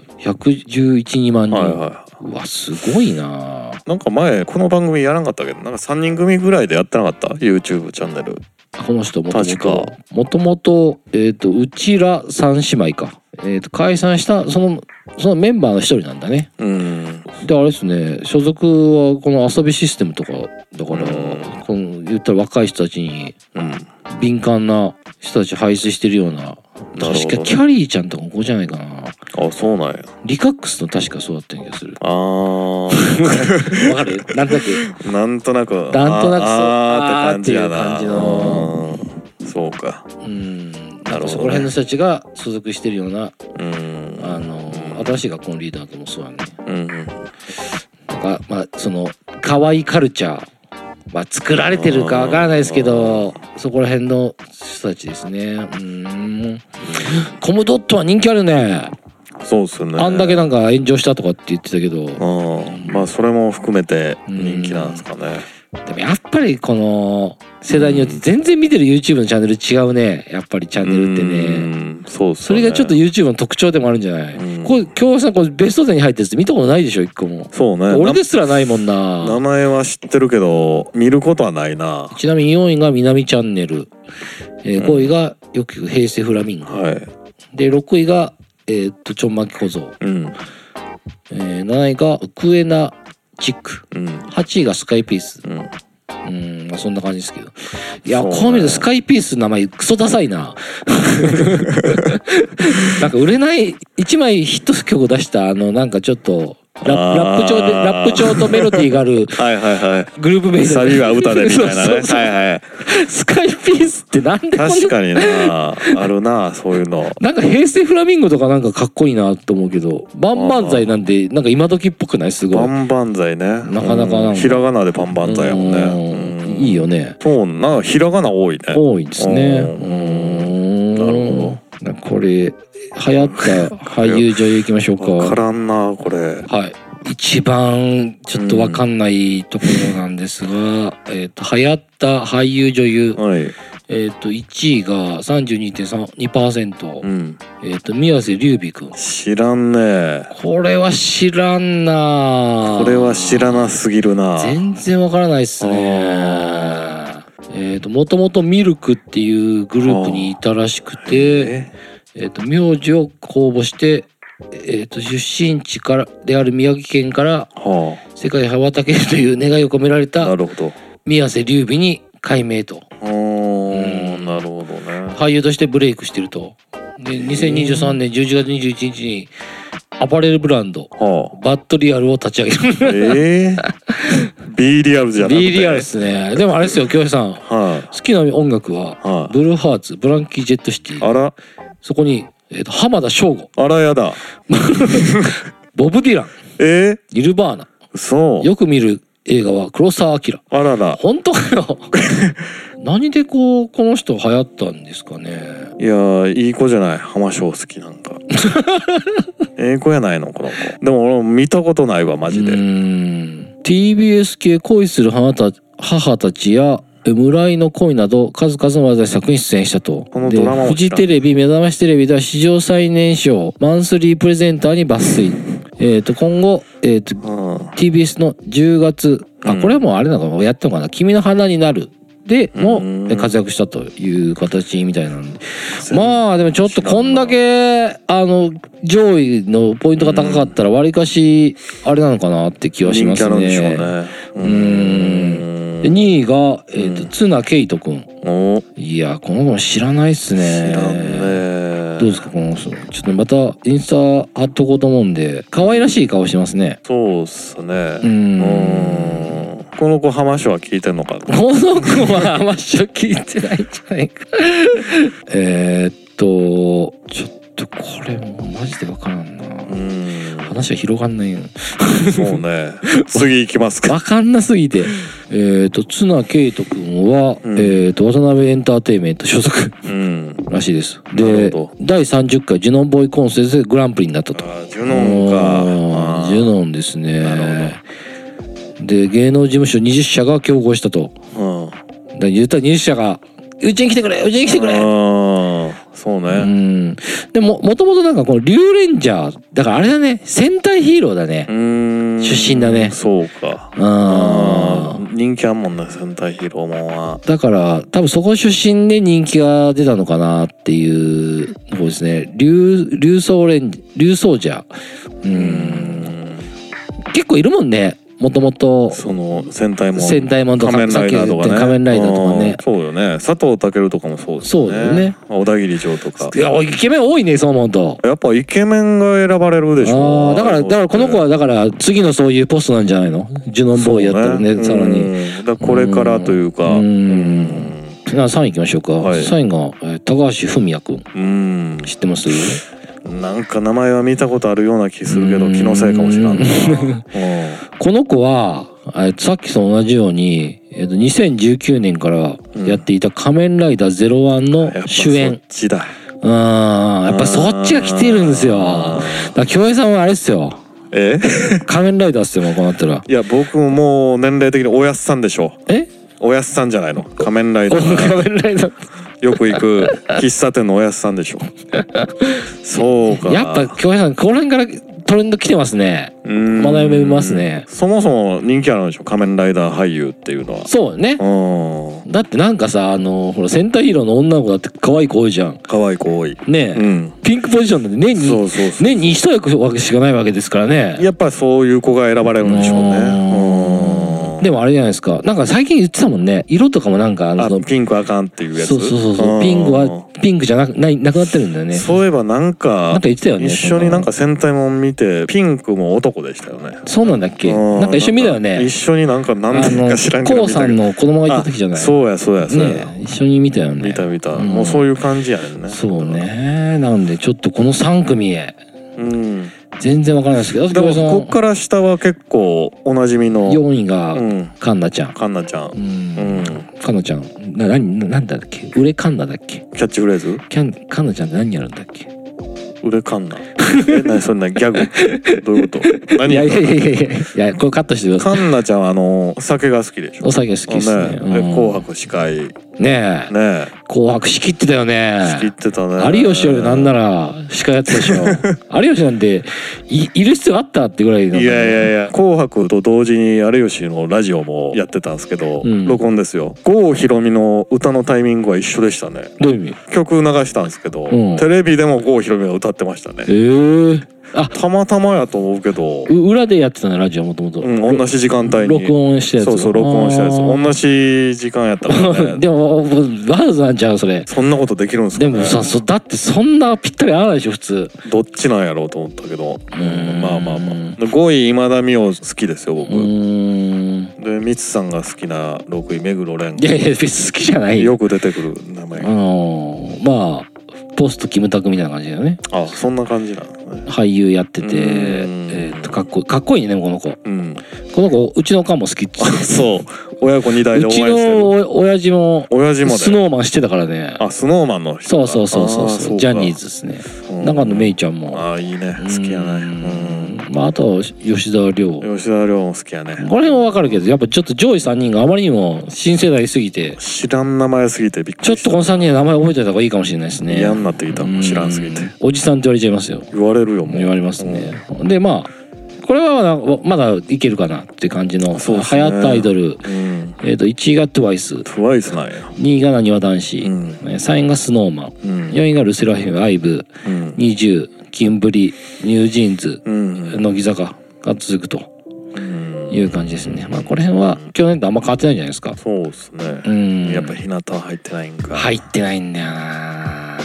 1112万人、はいは。うわすごいないなんか前この番組やらんかったけどなんか3人組ぐらいでやってなかった YouTube チャンネルこの人もとも確とかもともとえっ、とうちら三姉妹か、えー、と解散したそのそのメンバーの一人なんだねうんであれですね所属はこの遊びシステムとかだから、うんこの言ったら若い人たちにうん敏感な人たち排出してるようななるほどね確かキャリーちゃんとかもここじゃないかなあそうなんやリカックスの確かそうだった気がするあー わか るなんだっけなんとなくなとなくんそうあーって感じやあなーっていう感じのうんそうかうんなんなかるほどねそこら辺の人たちが所属してるようなうんあの新しい学校のリーダーともそうだねうんうんなんかまあその可愛いカルチャーまあ作られてるかわからないですけどそこら辺の人たちですねうーんコムドットは人気あるねそうですよねあんだけなんか炎上したとかって言ってたけど、うんまあそれも含めて人気なんですかねでもやっぱりこの世代によって全然見てる YouTube のチャンネル違うねやっぱりチャンネルってねうんそうっすそよれねがちょっと YouTube の特徴でもあるんじゃない、うんこれ京平さんこれベスト10に入ってるやつ見たことないでしょ一個もそうね俺ですらないもんな名な前は知ってるけど見ることはないなちなみに4位が南チャンネル、えー、うん5位がよく聞く平成フラミンゴ、はいで6位がえーっとちょんまき小僧、うんえー7位がクエナチックうん8位がスカイピースうんうんまあそんな感じですけどいやそこうねう見るとスカイピースの名前クソダサい ななんか売れない1枚ヒット曲を出したあのなんかちょっとラあーラップ調でラップ調とメロディーがあるはいはいはいグループ名でサビは歌でみたいなそねうそうはいはいスカイピースってなんでこんな確かになあるなそういうのなんか平成フラミンゴとかなんかかっこいいなと思うけど、バンバンザイなんで、なんか今時っぽくないすごバい。ンバンザイねなかなかなんかひらがなでバンバンザイやもんねううんんいいよね。そうなんかひらがな多いね多いですね。ううんなるなんかこれ、流行った俳優女優行きましょうか。わからんなこれはい。一番ちょっとわかんないところなんですが、えっと、流行った俳優女優、はいえっ、と、1位が32.2%、うんえっ、と、宮瀬隆美くん。知らんねこれは知らんなこれは知らなすぎるな全然わからないっすねえっ、ともともとミルクっていうグループにいたらしくてええっ、と名字を公募してえっ、と出身地からである宮城県からは世界羽ばたけるという願いを込められあなたるほど宮瀬劉備に改名とうーうんんなるほどね俳優としてブレイクしてるとで2023年11月21日にアパレルブランドはバッドリアルを立ち上げるあええ B リアルじゃなくて B リアルですねでもあれですよ京平さんは好きな音楽は、いはいブルーハーツブランキー・ジェット・シティあらそこに、えー、と浜田省吾あらやだボブ・ディランえニルバーナそうよく見る映画は黒澤明あらら本当か よ何でこうこの人流行ったんですかねいやーいい子じゃない浜翔好きなん かええ子やないのこの子でも俺も見たことないわマうジでーん TBS 系恋する母た母たちやえ村井の恋など数々の話題作に出演したとこのでドラマもフ知ジらんテレビ目覚ましテレビでは史上最年少マンスリープレゼンターに抜粋えっと今後、えっとうん TBS の10月あうんこれはもうあれなのかなやったのかな「君の花になる」でもうん活躍したという形みたいなんでまあでもちょっとこんだけあの上位のポイントが高かったらわりかしあれなのかなって気はし人ま気あするんでしょうねね。うでーん2位が、えー、と綱ケイト君おいやこの子も知らないっす知ねらんねどうですかこの人ちょっとまたインスタ貼っとこうと思うんで可愛らしい顔してますねそうっすねううんーんこの子浜翔は聞いてんのかこの子はあんましょ聞いてないんじゃないかえーっとちょっとこれもうマジでわからんなうーん話が広がんないよそうね 次行きますかわかんなすぎてえーっと綱圭斗君は、うんえーっと渡辺エンターテインメント所属うんらしいですなでるほど第30回ジュノンボーイコンテストでグランプリになったとあジュノンかおあージーュノンですねなるで芸能事務所20社が競合したとうんだ言ったら20社が「うちに来てくれうちに来てくれ!」あーそううねん。でも、もともとなんかこの竜レンジャー、だからあれだね、戦隊ヒーローだねう。ーん出身だねそうかあー人気あんもんね戦隊ヒーローもんはだから、多分そこ出身で人気が出たのかなっていうとこですね。竜、竜装レンジ、竜装ジャー。う。うん結構いるもんね、もともと。その戦隊もん戦隊もんとか仮面ライダーとかさっきね言った仮面ライダーとかねうんそうよね佐藤健とかもそうですよそねうだよね小田切城とかいや、おいイケメン多いね、そう思うと。やっぱイケメンが選ばれるでしょああ、だから、だからこの子は、だから、次のそういうポストなんじゃないのジュノンボーイやったらね、さらに。にだからこれからというかううんんな3位行きましょうか、はい3位がえー高橋文也君うん知ってますなんか名前は見たことあるような気するけど気のせいかもし れんなこの子はえーさっきと同じように、えーと2019年からやっていた「仮面ライダー01」うんの主やっ演ぱそっちだうんやっぱそっちが来てるんですよあだから京平さんはあれっすよえ 仮面ライダーっすよもうこうなったらいや僕ももう年齢的におやっさんでしょえおやっさんじゃないの仮面ライダ俺もー仮面ライダーよく行く喫茶店のおやっさん でしょそうかやっぱ京平さんこの辺からトレンド来てますねうん学べますねそもそも人気あるんでしょ仮面ライダー俳優っていうのはそうねうんだってなんかさあのほら戦隊ヒーローの女の子だって可愛い子多いじゃん可愛い子多いねえ、うんピンクポジションなんて年にそうそうそう年に一役わけしかないわけですからねやっぱそういう子が選ばれるんでしょううねーうんんでもあれじゃないですかなんか最近言ってたもんね色とかもなんかあのあそのピンクあかんっていうやつそうそうそうそんうピンクはピンクじゃなくないなくなってるんだよねそういえばなんなんかか言ってたよね一緒になんか戦隊もん見てピンクも男でしたよねそうなんだっけうなんか一緒に見たよね一緒になんかあ何年のか知らんけどコウさんの子供がいた時じゃないあそうやそうやそうや、ねえ一緒に見たよね見た見た、うんもうそういう感じやねんねそうねなんでちょっとこの3組へうん全然わからないですけどだからこっこから下は結構おなじみの4位がうんカンナちゃんカンナちゃん、うんうんカンナちゃんな何ななんだっけ俺カンナだっけキャッチフレーズキャンカンナちゃんって何やるんだっけ「売れカンナ」え何そんなギャグ どういうこと何いやいやいやいやいやいやこれカットしてくださいカンナちゃんはあの酒が好きでしょお酒好きですねねでうん紅白司会ねねええ紅白仕切ってたよね仕切ってたね有吉よりなんなら司会やってたで しょ有吉なんていいる必要あったってぐらいのいやいやいや「紅白」と同時に有吉のラジオもやってたんですけど、うん録音ですよ郷ひろみの歌のタイミングは一緒でしたねどういう意味曲流したんですけど、うんテレビでも郷ひろみが歌ってましたねええあたまたまやと思うけど、う裏でやってたのラジオもともとうん、同じ時間帯に録音したやつそうそう録音したやつあー同じ時間やっ たからねでもわざなんちゃうそれそんなことできるんですかでねもさそだってそんなぴったり合わないでしょ普通どっちなんやろうと思ったけどーんまあまあまあ5位今田美桜好きですよう僕ーんでミツさんが好きな6位目黒蓮いやいや別に好きじゃないよよく出てくる名あ前のーまあポストキムタクみたいな感じだよねあそんな感じなんですね俳優やってて、うえんー、とかっこいいかっこいいねでもこの子うんこの子うちのおかんも好きっつってそう親子二代でう応援しちてのるお親父も親父まスでノーマンしてたからねあスノーマンの人そかうそうそうそあうーそうかジャニーズですねうん中野芽郁ちゃんもあーいいね好きやねうんまああと吉田亮うん吉田亮も好きやねこれもわかるけどやっぱちょっと上位3人があまりにも新世代すぎて知らん名前すぎてびっくりちょっしたとこの3人の名前覚えておいた方がいいかもしれないですね嫌になってきたもん知らんすぎてうんおじさんって言われちゃいますよ言われるよもう言われますね、でまあこれはまだまだいけるかなっていう感じの、そうです流ね行ったアイドル、うんえー、と1位が TWICE2 TWICE なんや位がなにわ男子、うんえー3位が SnowMan、うん4位がルセラフィム IVE20、うんキンブリニュージーンズ、うん乃木坂が続くとうんいう感じですねまあこの辺は去年とあんま変わってないんじゃないですかそうっすねうんやっぱ日向は入ってないんか入ってないんだよな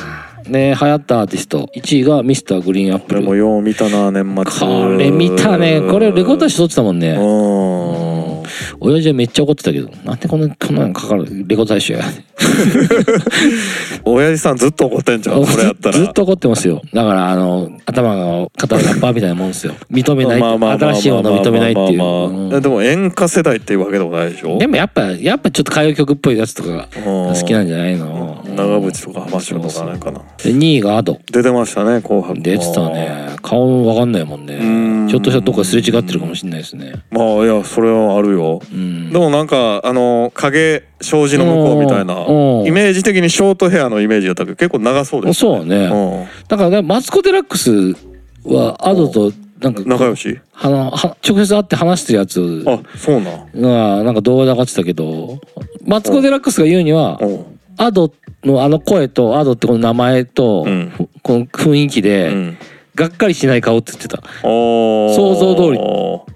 で流行ったアーティスト1位が Mr. グリーンアッこプれルもよう見たな年末これ見たねこれレコードし誌撮ってたもんね、うん親父はめっちゃ怒ってたけど、なんでこんな、こんなのかかる、レコード大賞や。親父さんずっと怒ってんじゃんこれやったらずっと怒ってますよ。だから、あの、頭が、肩がラッパーみたいなもん ですよ。認めない。まあまあまあまあまあ新しいものを認めないっていまあまあまあうえうん。でも演歌世代っていうわけでもないでしょでもやっぱ、やっぱちょっと歌謡曲っぽいやつとかがうん好きなんじゃないの長渕とか浜城とかないかなで、2位がアド。出てましたね紅白も出てたね。顔もわかんないもんうんね。ちょっとしたとこすれ違ってるかもしれないですね。まあいやそれはあるようん。でもなんかあの影障子の向こうみたいなうんうんイメージ的にショートヘアのイメージだったけど結構長そうですそうね。ねだからね、マツコ・デラックスは、アドと、なんかうん、仲良しあの、は直接会って話してるやつあそうなんが、なんか動画で上がってたけど、マツコ・デラックスが言うにはう、んアドのあの声と、アドってこの名前と、うんふこの雰囲気うで、んがっかりしない顔って言ってた。想想像通り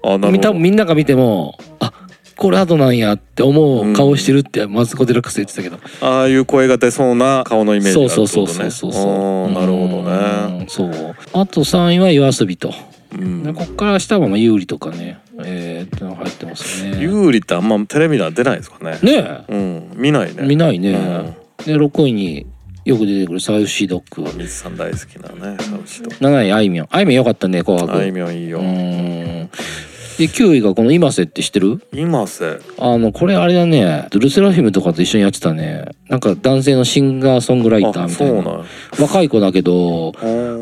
あなるみほ多ど分みんなが見ても、あこれアドなんやって思う顔してるって、マツコ・デラックス言ってたけど。ああいう声が出そうな顔のイメージがそあうるそうってことそねうそうそうあそーう。なるほどねうん。そう。あと3位は夜遊びと。うんでこっから下はまあ有利とかね、えー、ってのが入ってますね。有利ってあんまテレビでは出ないですかねねえ。うん見ないね見ないね、うんで6位によく出てくるサウシードッグ水さん大好きなねサウシと7位あいみょんあいみょんよかったね紅あ白いみょんいいうよーんで9位がこの今瀬って知ってる今せあのこれあれだねルセラフィムとかと一緒にやってたねなんか男性のシンガーソングライターあみそたいうななんや若い子だけど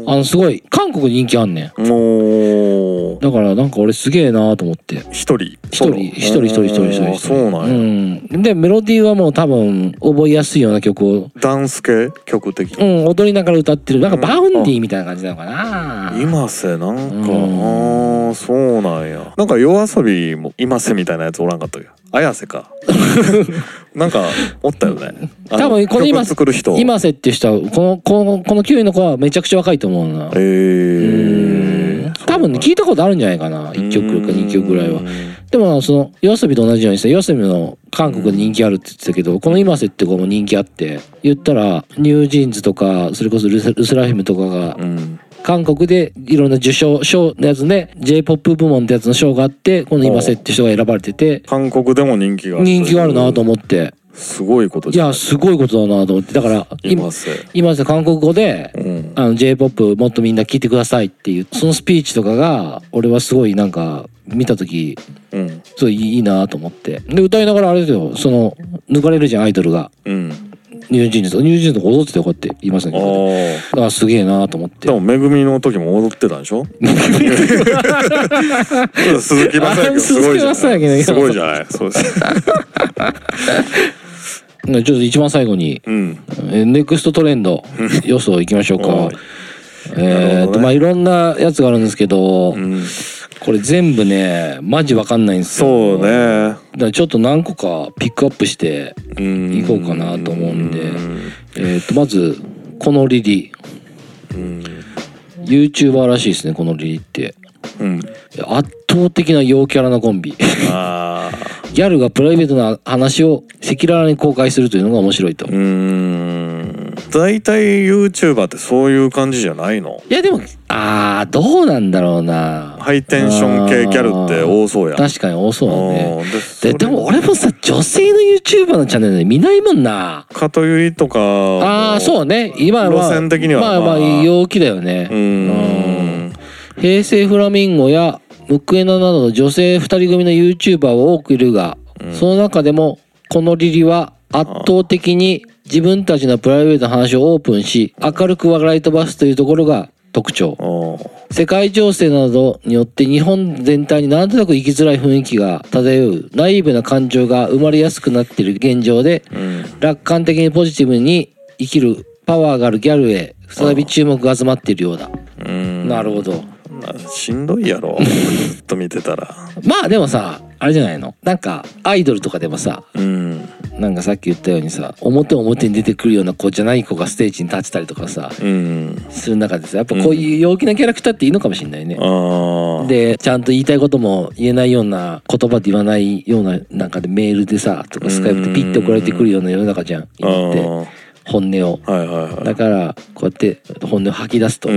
あのすごい韓国人気あんねんもうだからなんか俺すげえなと思って一人一人一人一人一人一人あ一ー人そうなんや、うんでメロディーはもう多分覚えやすいような曲をダンス系曲的う、ん踊りながら歌ってるなんかバウンディーみたいな感じなのかな、今せなんうか、んああそうなんやなんか夜遊びも今せみたいなやつおらんかったよ綾 瀬かなんかおったよねあ多分この今曲作る人今瀬っていう人はこのこのこの9位の子はめちゃくちゃ若いと思うなえーうん多分ね聞いたことあるんじゃないかな1曲か2曲ぐらいはでもその夜遊びと同じようにさ夜遊びの韓国で人気あるって言ってたけど、この今瀬って子も人気あって言ったらニュージーンズとかそれこそルセルセラフィムとかがうん韓国でいろんな受賞賞のやつで j p o p 部門ってやつの賞があってこの今瀬って人が選ばれてて韓国でも人気がある人気があるなと思思ってすごいこといじゃなやすごいことだなと思ってだから今今瀬今瀬韓国語でうんあの J-POP もっとみんな聞いてくださいっていうそのスピーチとかが俺はすごいなんか見た時うんすごいいいなと思ってで歌いながらあれですよその抜かれるじゃんアイドルがうんニュージーンズとニュージーンズとか踊っててこうやっていますあねこあうやってあすげえなと思ってでも、めぐみの時も踊ってたんでしょ鈴木雅之すごいじゃあ鈴木雅な之い。のすごいじゃない。そうです。ちょっと一番最後にうん。えーネクストトレンド予想いきましょうはかいえなるーほとどねまあいろんなやつがあるんですけどうんこれ全部ねマジわかんないんですよそうね。だからちょっと何個かピックアップしてうん行こうかなと思うんでうんえー、とまずこのリリうん。 YouTuber らしいですねこのリリってうん。圧倒的な陽キャラなコンビああ。ギャルがプライベートな話を赤裸々に公開するというのが面白いと、ういん。大体 YouTuber ってそういう感じじゃないのやでもあーどうなんだろうなハイテンション系ギャルって多そうやん。確かに多そうだねうんでそでれでも俺もさ女性の YouTuber のチャンネルで見ないもんなかとゆいとかも。あーそうね今は路線的にはまあままああ陽気だよねうん。平成フラミンゴやムクエナなどの女性2人組の YouTuber は多くいるが、その中でもこのリリは圧倒的に自分たちのプライベートな話をオープンし明るく笑い飛ばすというところが特徴お世界情勢などによって日本全体になんとなく生きづらい雰囲気が漂うナイーブな感情が生まれやすくなっている現状でうん。楽観的にポジティブに生きるパワーがあるギャルへ再び注目が集まっているようだうん。なるほどまあしんどいやろずっと見てたらまあでもさあれじゃないのなんかアイドルとかでもさうんなんかさっき言ったようにさ表表に出てくるような子じゃない子がステージに立ちたりとかさうんする中でさやっぱこういう陽気なキャラクターっていいのかもしれないね。ああでちゃんと言いたいことも言えないような言葉で言わないようななんかでメールでさとかスカイプでピッて送られてくるような世の中じゃんあ今っーて本音を。はいはいはだいからこうやって本音を吐き出すとう。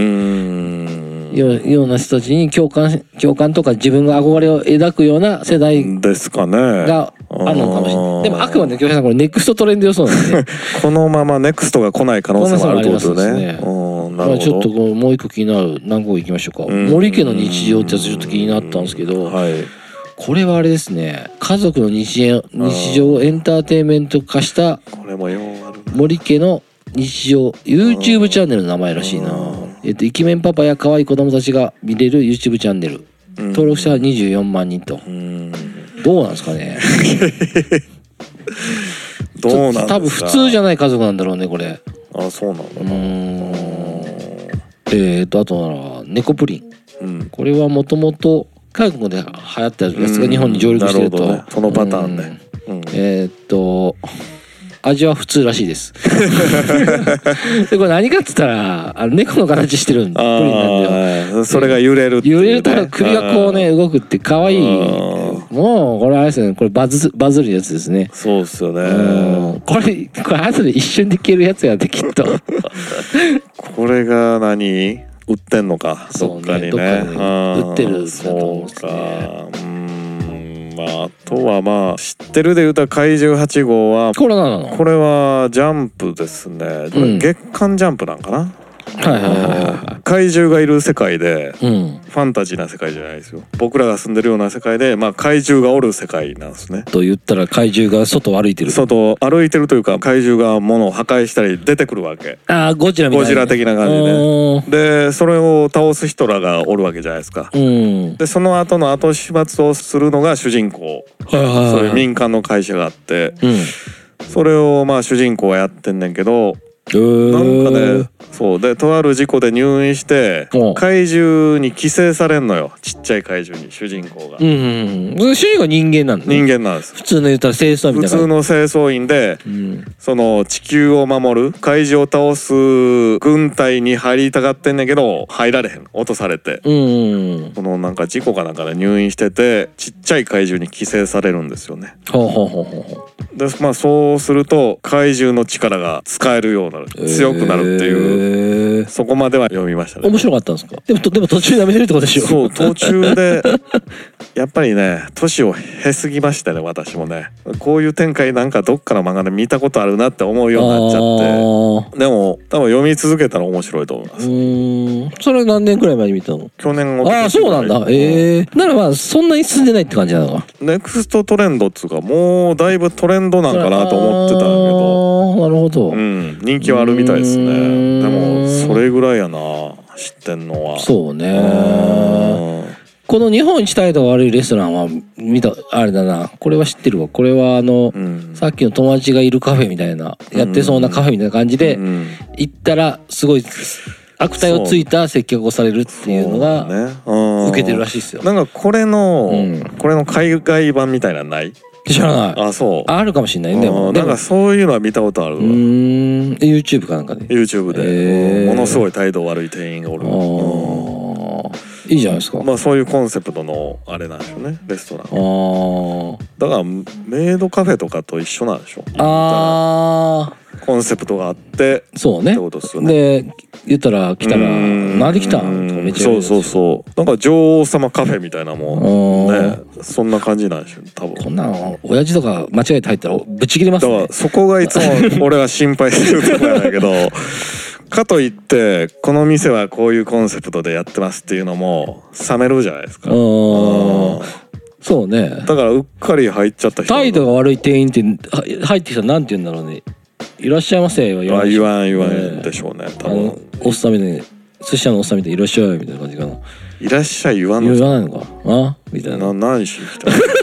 んようような人たちに共感共感とか自分が憧れを抱くような世代ですかねがあるのかもしれあない。ーでもあくまで京平さんこれネクストトレンド予想なんで、ね、このままネクストが来ない可能性もあるってこと可能性もあねりますねうんなまあるちょほっとどこうもう一個気になる何個かいきましょうか。うん森家の日常ってやつちょっと気になったんですけど、はいこれはあれですね。家族の日常日常をエンターテインメント化したこれもようあるな森家の日常 YouTube チャンネルの名前らしいなうん。えっとイケメンパパや可愛い子供たちが見れる YouTube チャンネル。うん登録者は24万人と。うんどうなんですかね。 どうなんですか多分普通じゃない家族なんだろうねこれ。あそうなんだうーん。えーとあとは猫プリン。うんこれはもともと韓国で流行ったやつが日本に上陸してると、うんなるほどねそのパターンねうんうんえーっと味は普通らしいです でこれ何かっつったらあの猫の形してるんでプリンなんだよああそれが揺れるっていう揺ねれたら首がこうね動くって可愛いうんもうこれあれですねこれバズバズるやつですねそうっすようねんこれこれ後で一瞬で消えるやつやでき っとこれが何売ってんのかそどうっねかにねどっかにうん売ってるんだと思うんそですうかねうんまああとはまあ知ってるで言うたら怪獣8号はコロナなのこれはジャンプですね、うん月刊ジャンプなんかなはいはいはいはいは怪獣がいる世界でい。うん。ファンタジーな世界じゃないですよ僕らが住んでるような世界で、まあ、怪獣がおる世界なんですねと言ったら怪獣が外を歩いてる。外を歩いてるというか怪獣が物を破壊したり出てくるわけああ、ゴジラみたいゴな。ジラ的な感じで感でそれを倒す人らがおるわけじゃないですかじで。うん。でその後の後始末をするのが主人公はいはいはい。そういう民間の会社があってうん。それをまあ主人公はやってんねんけどななんかねそうでとある事故で入院してうん怪獣に寄生されんのよちっちゃい怪獣に主人公がうんうん。主人が人間なんだ、ね。人間なんです普通の言ったら清掃みた普いな感じ。通の清掃員でその地球を守る怪獣を倒す軍隊に入りたがってんねんけど入られへん落とされてうん。うんうん。このなんか事故かなんかで入院しててちっちゃい怪獣に寄生されるんですよねほうほうほうほうほでまあそうすると怪獣の力が使えるようになう。る強くなるっていいう、う。そこまでは読みましたね面白かったんですかでも、とでも途中でやめてるってことでしょそう途中で やっぱりね年を経すぎましたね私もねこういう展開なんかどっかの漫画で見たことあるなって思うようになっちあゃってーでも多分読み続けたら面白いと思いまうす、ーん。それは何年くらい前に見たの去年おととしああ、そうなんだ。ええならまあ、そんなに進んでないって感じなのか。ネクストトレンドっつうかもうだいぶトレンドなんかなと思ってたんやけどあーなるほど。うん人気はあるみたいですうーねんでもそれぐらいやな知ってんのはそううね。んこの日本一態度が悪いレストランは見た、あれだな。これは知ってるわ。これはあのう、んさっきの友達がいるカフェみたいな、やってそうなカフェみたいな感じでう、ん行ったら、すごい、悪態をついた接客をされるっていうのそうが、ねうん受けてるらしいですよ。なんかこれの、うんこれの海外版みたいなのない知らない。あそうあるかもしれないね。でうも、んでなんもかそういうのは見たことあるうーん、YouTube かなんかで。 YouTube で、へーうんものすごい態度悪い店員がおる、うああ、いいじゃないですか。んまあそういうコンセプトのあれなんでしょうねレストランあーだからメイドカフェとかと一緒なんでしょあコンセプトがあってー、そうっねて。ことですよねで、言ったら来たら、うんなんで来たうんとかめっちゃ言われるんそでうすよそうそうなんか女王様カフェみたいなもんうんねそんな感じなんでしょうね多分こんなの、親父とか間違えて入ったらぶち切れますだかねら。そこがいつも俺は心配するところなんだ けどかといってこの店はこういうコンセプトでやってますっていうのも冷めるじゃないですかうーうん。んそうね。だからうっかり入っちゃった人態度が悪い店員って、は入ってきたらなんて言うんだろうね。いらっしゃいませは言わはないし言わん言わんでしょうね多あの分、おっさんみたいに、寿司屋のおっさんみたいにいらっしゃいみたいな感じかな。いらっしゃい言わんの言わないのかあみたいな。な何しみたいな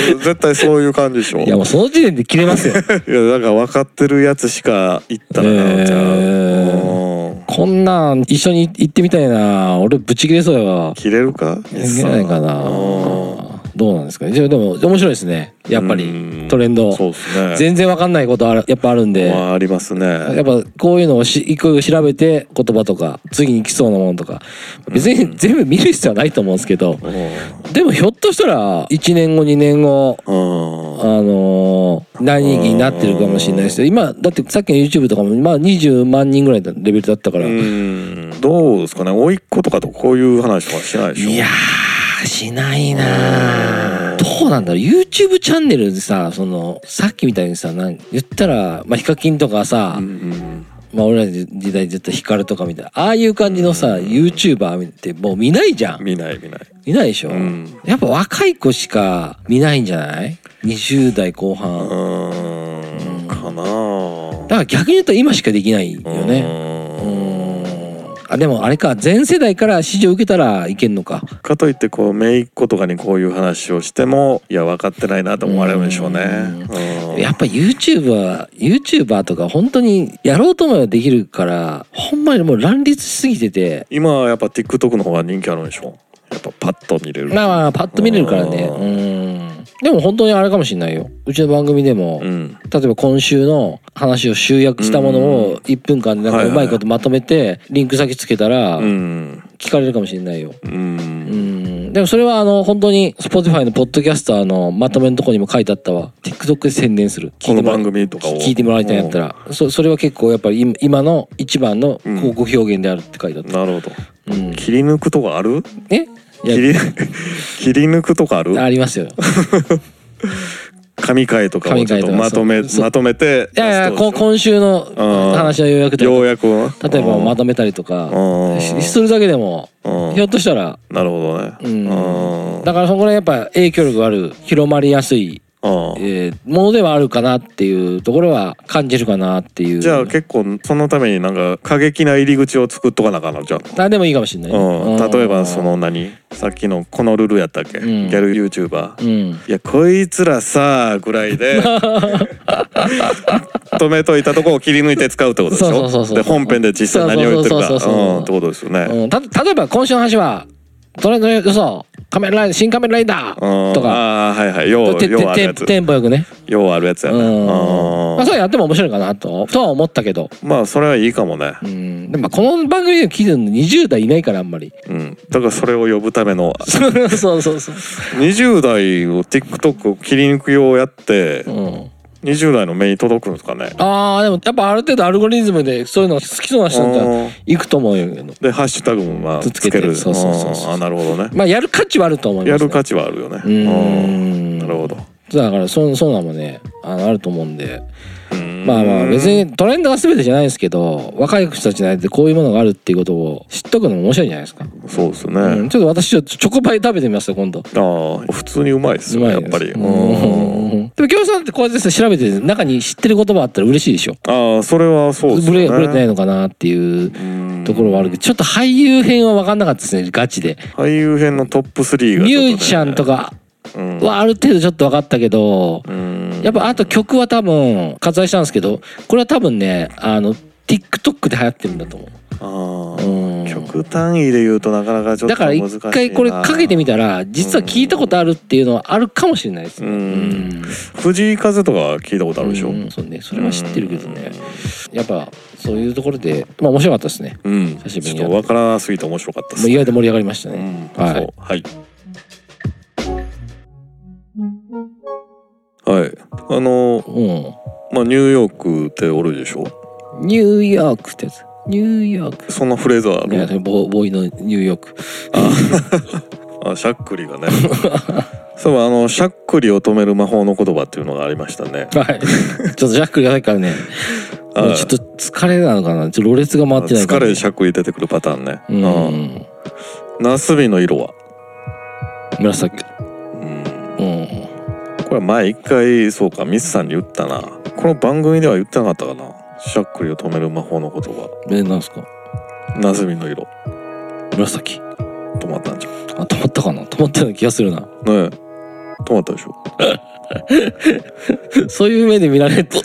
絶対そういう感じでしょいや、もうその時点で切れますよ。 いやだから分かってるやつしか行ったらなじゃあへうんこんなん一緒に行ってみたいな俺ぶち切れそうやわ切れるかいけないかなうんどうなんですかねじゃあでも面白いですねやっぱうりんトレンドそうですね全然わかんないことあるやっぱあるんでまあありますやねっぱこういうのをし一個一個調べて言葉とか次に来そうなものとか別に全部見る必要はないと思うんですけどうんでもひょっとしたら1年後2年後うんあのー何人気になってるかもしれないですよ今だってさっきの YouTube とかもまあ20万人ぐらいのレベルだったからうんどうですかね甥っ子とかとこういう話とかしないでしょいやーしないなーどうなんだろう YouTube チャンネルでさそのさっきみたいにさなん言ったら、まあ、ヒカキンとかさ、うんまあ、俺らの時代絶対ヒカルとかみたいなああいう感じのさ、YouTuber ってもう見ないじゃん見ない見ない見ないでしょ、うんやっぱ若い子しか見ないんじゃない20代後う半だーんかなぁから逆に言うと今しかできないよねうーんあでもあれか全世代から支持を受けたらいけんのかうんかといってこう姪っ子とかにこういう話をしてもいや分かってないなと思われるんでしょうねうんやっぱ YouTube は YouTuber とか本当にやろうと思えばできるからほんまにもう乱立しすぎてて今はやっぱ TikTok の方が人気あるんでしょやっぱパッと見れるまあまあパッと見れるからねあーうんでも本当にあれかもしれないようちの番組でも、うん例えば今週の話を集約したものうんを1分間でなんはかいはういまいことまとめてリンク先つけたらうん聞かれるかもしれないよううんんでもそれはあの本当に Spotify のポッドキャスターのまとめのとこにも書いてあったわ TikTok で宣伝するこの組番組とかを聞いてもらいたいんやったら、そそれは結構やっぱり今今の一番のうん広告表現であるって書いてあっうんた、なるほどうん切り抜くとかあるえいや 切り切り抜くとかあるありますよ神回とかをちょっとまとめ神回とかそうまとめていやいやこ今週のん話のようやくとよいううやくか例えばまととめたりとうかんしするだけでもうんひょっとしたらなるほどねうんうんだからそこらやっぱ影響力ある広まりやすい、うんえーものではあるかなっていうところは感じるかなっていうじゃあ結構そのためになんか過激な入り口を作っとかなあかんのじゃあ何でもいいかもしれないね、うん、うん例えばその何さっきのこのルールやったっけ、うんギャル YouTuber、ういんやこいつらさぐら いで止めといたとこを切り抜いて使うってことでしょそうそうそうそうで本編で実際何を言ってるかそうそうそうそううんってことですよね、うん、た例えば今週の話は「トレンド予想仮面ライダー新仮面ライダうー」んとか、ああはいはいようててようあるやてつテンポよくね、ようあるやつやうね、んまうあ、んそれやっても面白いかなととは思ったけど、まあそれはいいかもねう、ん、でもまあこの番組の基準の20代いないからあんまり うん、だからそれを呼ぶためのそうそうそう、 20代を TikTok を切り抜くようやってうん、 20代の目に届くんですかねああでもやっぱある程度アルゴリズムでそういうの好きそうな人じゃいくと思うけどでハッシュタグもまあつつつけけてるそうそうそうそうんあなるほどねまあやる価値はあると思います、ね、やる価値はあるよねううんんなるほどだからそうそうなのもねあのあると思うんでうんまあまあ別にトレンドが全てじゃないですけど若い人たちの間でこういうものがあるっていうことを知っとくのも面白いんじゃないですか、そうですねうん、ちょっと私ちょっとチョコパイ食べてみますよ今度ああ普通にうまいですよねやっぱりうまいですうんうんでも京さんってこうやって調べて中に知ってる言葉あったら嬉しいでしょああそれはそうですブレよねブレてないのかなっていううんところはあるけどちょっと俳優編は分かんなかったですねガチで俳優編のトップ3がミちょっとねュージシャンとかうんはある程度ちょっと分かったけどうんやっぱあと曲は多分割愛したんですけどこれは多分ねあの TikTok で流行ってるんだと思あう、あうん極端位で言うとなかなかちょっだとから難しいな一回これかけてみたら実は聞いたことあるっていうのはあるかもしれないですね。ううんん藤井風とかは聞いたことあるでしょうんそうねそれは知ってるけどねやっぱそういうところでまあ面白かったですね。うん久しぶりにちょっとわからなすぎて面白かったでもうす意外と盛り上がりましたうね。んはいそうはいはいあのうんまあニューヨークっておるでしょニューヨークってやつニューヨークそんなフレーズあいやるボーボーイのニューヨーク。あしゃっくりがね そうあのしゃっくりを止める魔法の言葉っていうのがありましたねはい。ちょっとジャックがないからね。はいもうちょっと疲れなのかな。ちょっとろれつが回ってないか疲ら、れでしゃっくり出てくるパターンねううんん。ナスビの色は紫。うんうん。これ前一回そうかミスさんに言ったなこの番組では言ってなかったかなしゃっくりを止める魔法の言葉え、なんですかナスビの色紫。止まったんじゃんあ、止まったかな止まったような気がするな。ねえ止まったでしょそういう目で見られると、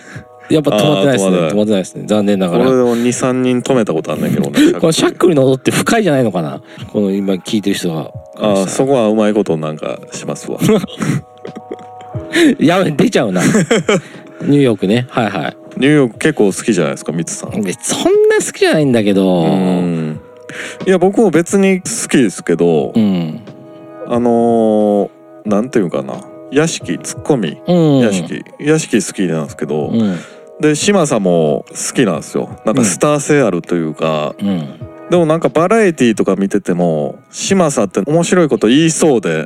やっぱ止まってないですね。あー止まらない止まってないですね。残念なこがれらで。も23人止めたことあんねんけどね このシャックルの音って深いじゃないのかなこの今聞いてる人が。ああそこはうまいことなんかしま すわニュやべ、出ちゃ うな。ニューヨークね。はいはい。ーヨーク結構好きじゃないですかミツさんでそんな好きじゃないんだけど、ううん。んいや僕も別に好きですけど、うん。あのー、なんていうかな屋敷ツッコミうん。屋敷、屋敷好きなんですけど、うん。で嶋佐も好きなんですよなんかスター性あるというか、うん。でもなんかバラエティーとか見てても嶋佐って面白いこと言いそ うでな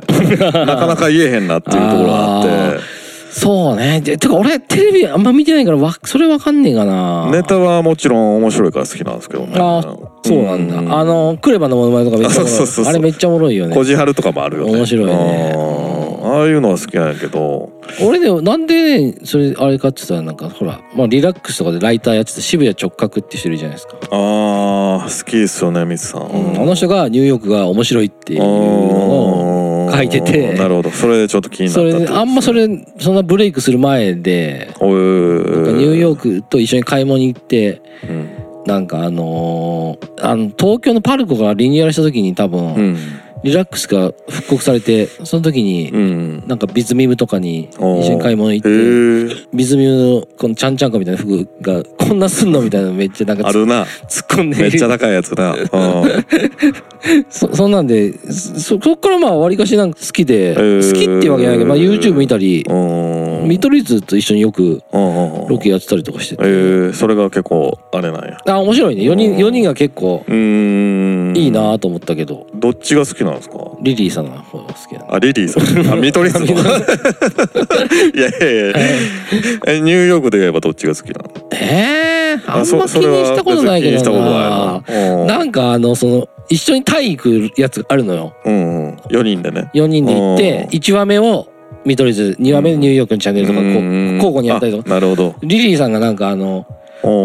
かなか言えへんなっていうところがあって。そうね。でてか俺テレビあんま見てないからわそれわかんねえかな。ネタはもちろん面白いから好きなんですけどね。あそうなんだ。あのクレバのモノマネとかめっちゃおもろいあそうそうそうそあうれめっちゃおもろいよねこ。じはるとかもあるよね。面白いねうんああいうのは好きなんやけど、俺ねなんでねそれあれかって言ったらなんかほらまあリラックスとかでライターやってた渋谷直角っていう人いるじゃないですか。ああ好きですよね、ミツさん。うんあの人がニューヨークが面白いっていうのを。を書いててなるほど。それでちょっと気になったそってれでことですね。あんまそれそんなブレイクする前でおー。なんかニューヨークと一緒に買い物に行ってうんなんかあのーあの東京のパルコがリニューアルした時に多分、うんリラックスが復刻されてその時に、うん。なんかビズミムとかに一おー緒に買い物行へってービズミムのこのちゃんちゃんこみたいな服がこんなすんのみたいなのめっちゃなんかあるな。突っ込んでめっるちゃ高いや つな。うんそそんなんでそそっからまあわりかしなんか好きでー好きっていうわけじゃないけど、まあ、YouTube 見たりうん。見取り図と一緒によくうんうんうんロケやってたりとかしてえてーそれが結構あれなんや。あ面白いね4人 ,4 人が結構うーん。いいなと思ったけどどっちが好きなんですかリリーさんの方が好きだあリリーさ んあ見取り図のいや いやいやえニューヨークで言えばどっちが好きなのえー、あんま気そにしたことないけどなそれは別に気にしたことないのなんかあのその一緒にタイ行くやつあるのようんうん4人でね4人で行っうてん1話目を見取り図2話目ニューヨークのチャンネルとかこううん交互にやったりとかあなるほどリリーさんがなんかあの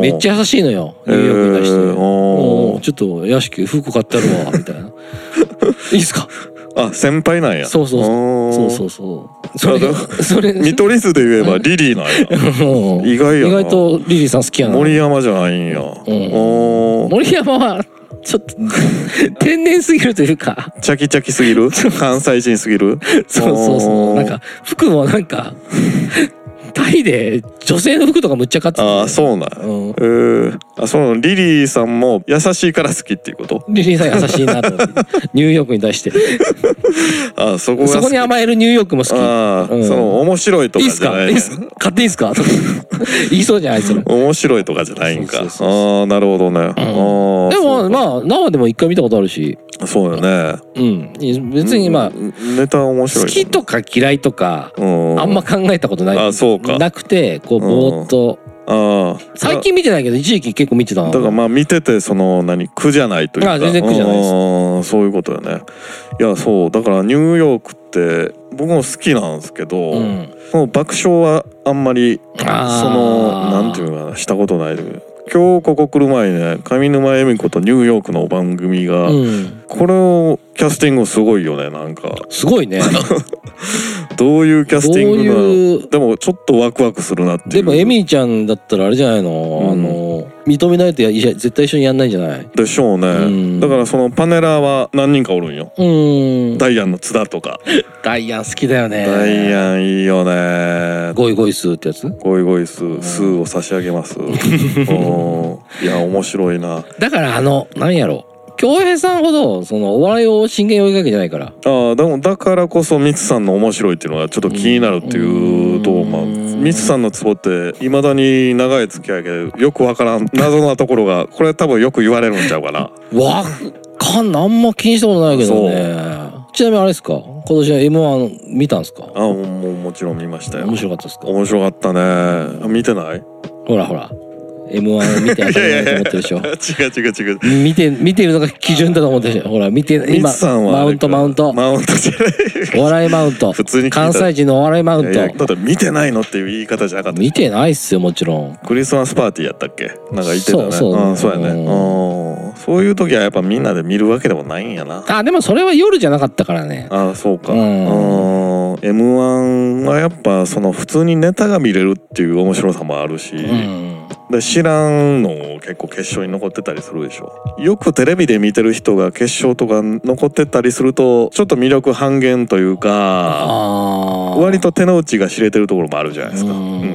めっちゃゃ優しいのよニューヨークに対してえーおーおーちょっと屋敷服買ってあるわみた いないいっすかあ先輩なんやそうそうそそうそうそうそ それうだそれ見取り図で言えばリリーなんやうん意外や意な外とリリーさん好きやな森山じゃないんや、おー森山はちょっ と天然すぎるというかチャキチャキすぎ る関西人すぎるそうそうそおうーなんか服もなん かタイで女性の服とかむっちゃ買ってたああそうなんやうんえー、あそのリリーさんも優しいから好きっていうことリリーさん優しい なと思ってニューヨークに対してあそこが好そきこに甘えるニューヨークも好きああ、うんその面白いといかいっすじゃかないいいっす買っていいっすか とか言いそうじゃないですか面白いとかじゃないんかそうそうそうそああなるほどね、ああでそもうかまあ生でも一回見たことあるしそうよねうん別にまあうんネタ面白い好きとか嫌いとかうんあんま考えたことないあそうかなくてこうぼーっとああ最近見てないけど一時期結構見てたなだからまあ見ててその何苦じゃないというかあ全然苦じゃないですうんそういうことよねいやそうだからニューヨークって僕も好きなんですけど、うんもう爆笑はあんまりそあーのなんていうのかなしたことない今日ここ来る前にね上沼恵美子とニューヨークの番組が、うんこれをキャスティングすごいよねなんかすごい ねどういうキャスティングなのどういうでもちょっとワクワクするなっていうでもエミーちゃんだったらあれじゃないの、うんあの認めないとやいや絶対一緒にやんないんじゃないでしょうね、うんだからそのパネラーは何人かおるんようんダイアンの津田とかダイアン好きだよねダイアンいいよね。ゴイゴイスーってやつゴイゴイスー、スーを差し上げ ます。おーいや、面白いな。あだからあのなんやろ京平さんほどそのお笑いを真剣に追いかけてないからあ、でも、だからこそ、ミツさんの面白いっていうのがちょっと気になるっていうところも、うんミツさんのツボって、いまだに長い付き合いで、よくわからん謎なところが、これ多分よく言われるんちゃう かな。わかんないあんま気にしたことないけどねちなみにあれですか今年は m 1見たんですかあ、もう、もうもちろん見ましたよ面。白かったですか面白かったね。あ見てないほらほら m 1見て当た り前だと思ってるでしょ違う違う違う。見て見てるのが基準だと思ってるほら見てミ今ツさんは、マウントマウントマウントじゃない。お笑いマウント普通に聞いた関西人のお笑いマウンいやいやだトって見てないのっていう言い方じゃなかった見てないっすよもちろんクリスマスパーティーやったっけなんか言ってたねそうそううんそうやねううんそういう時はやっぱみんなで見るわけでもないんやなあでもそれは夜じゃなかったからねああそうかううんん m 1はやっぱその普通にネタが見れるっていう面白さもあるし、うんで知らんの結構決勝に残ってたりするでしょよくテレビで見てる人が決勝とか残ってたりするとちょっと魅力半減というかああ割と手の内が知れてるところもあるじゃないですか、うんうん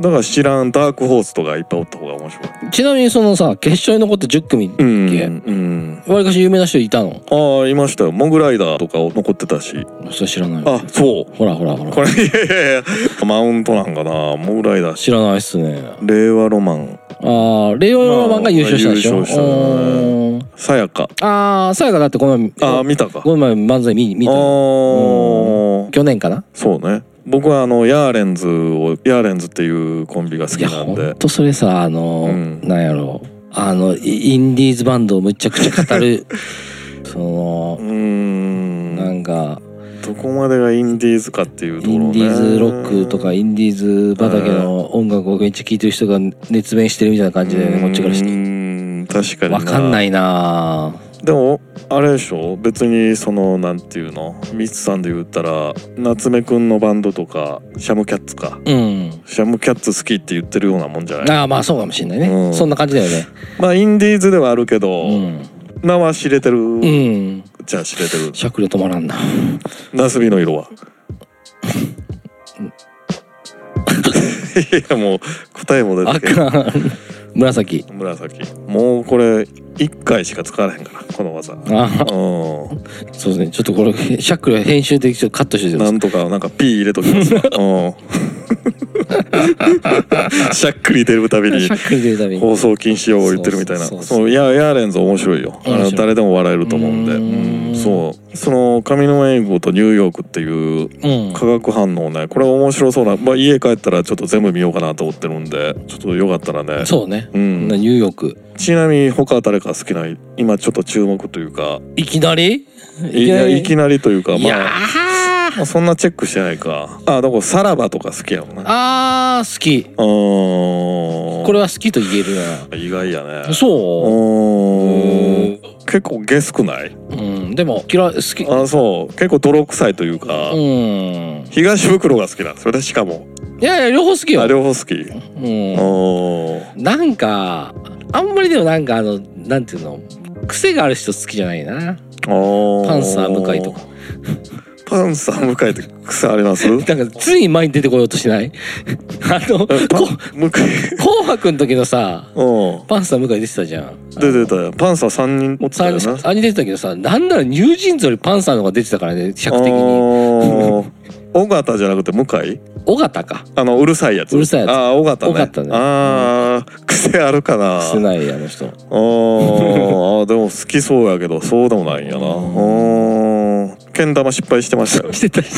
だから知らんダークホースとかいっぱいおった方が面白いちなみにそのさ決勝に残って10組うけん、うん、わりかし有名な人いたのああいましたよモグライダーとか残ってたしそれ知らないわあそうほらほらほらこれいやいやいやマウントなんかなモグライダーし知らないっすね令和ロマンああ令和ロマンが優勝したでしょ、まあ優勝したねうんさやかああさやかだってこの前ああ見たかあこの前漫才見見あたー去年かなそうね僕はあのヤーレンズをヤーレンズっていうコンビが好いきやなんほでんとそれさあの、うんなんやろあのイインディーズバンドをむちゃくちゃ語 るそのうー、んなんかどこまでがインディーズかっていうとこイろねンディーズロックとかインディーズ畑の音楽をめっちゃ聴いてる人が熱弁してるみたいな感じだよねこっちからしうてーん確かにわかんないいなぁでもあれでしょ別にそのなんていうのミツさんで言ったら夏目くんのバンドとかシャムキャッツかうんシャムキャッツ好きって言ってるようなもんじゃないああまあそうかもしれないね、うんそんな感じだよねまあインディーズではあるけうど、ん名は知れてる、うんじゃあ知れてるしゃくれ止まらんなナスビの色は いやもう答えも出てけ赤紫紫もうこれ1回しか使われへんからこの技ああうんそうですねちょっとこれシャックル編集でちょっとカットしてくだなさいんとかなんか P 入れときますわうん。しゃっくり出るたびにシャックル出るために放送禁止用を言ってるみたいな。そうそうそうそういやヤーレンズ面白いよ。あ面白のい誰でも笑えると思うんで。うーんうんそうその上野英語とニューヨークっていううん化学反応ねこれ面白そうな、まあ、家帰ったらちょっと全部見ようかなと思ってるんでちょっとよかったらねそうね、う、ん、ニューヨークちなみに他誰か好きな今ちょっと注目というかいきなりいやいきなりというかいやまあまあそんなチェックしてないかあだからさらばとか好きやもんねああー好きあーこれは好きと言えるな意外やねそうーんう結構ゲスくないうんでも嫌い好きあそう結構泥臭いというか、うん東袋が好きなんですよねしかもいやいや両方好きあよ両方好き、うんおーなんかあんまりでもなんかあのなんていうの癖がある人好きじゃないなおパンサー向井とか パンサー向井って癖あります なんかついに前に出てこようとしない あのこえパン向井紅白の時のさ うんパンサー向井出てたじゃん出てたよパンサー3人持ってたさよなあに出てたけどさなんならニュージーンズよりパンサーの方が出てたからね尺的におー尾形じゃなくて向井尾形かあのうるさいやつうるさいやつああ尾形ね尾形ねああ、癖あるかなしてないあの人あーあーでも好きそうやけどそうでもないんやなうんけん玉失敗してましたよしてたし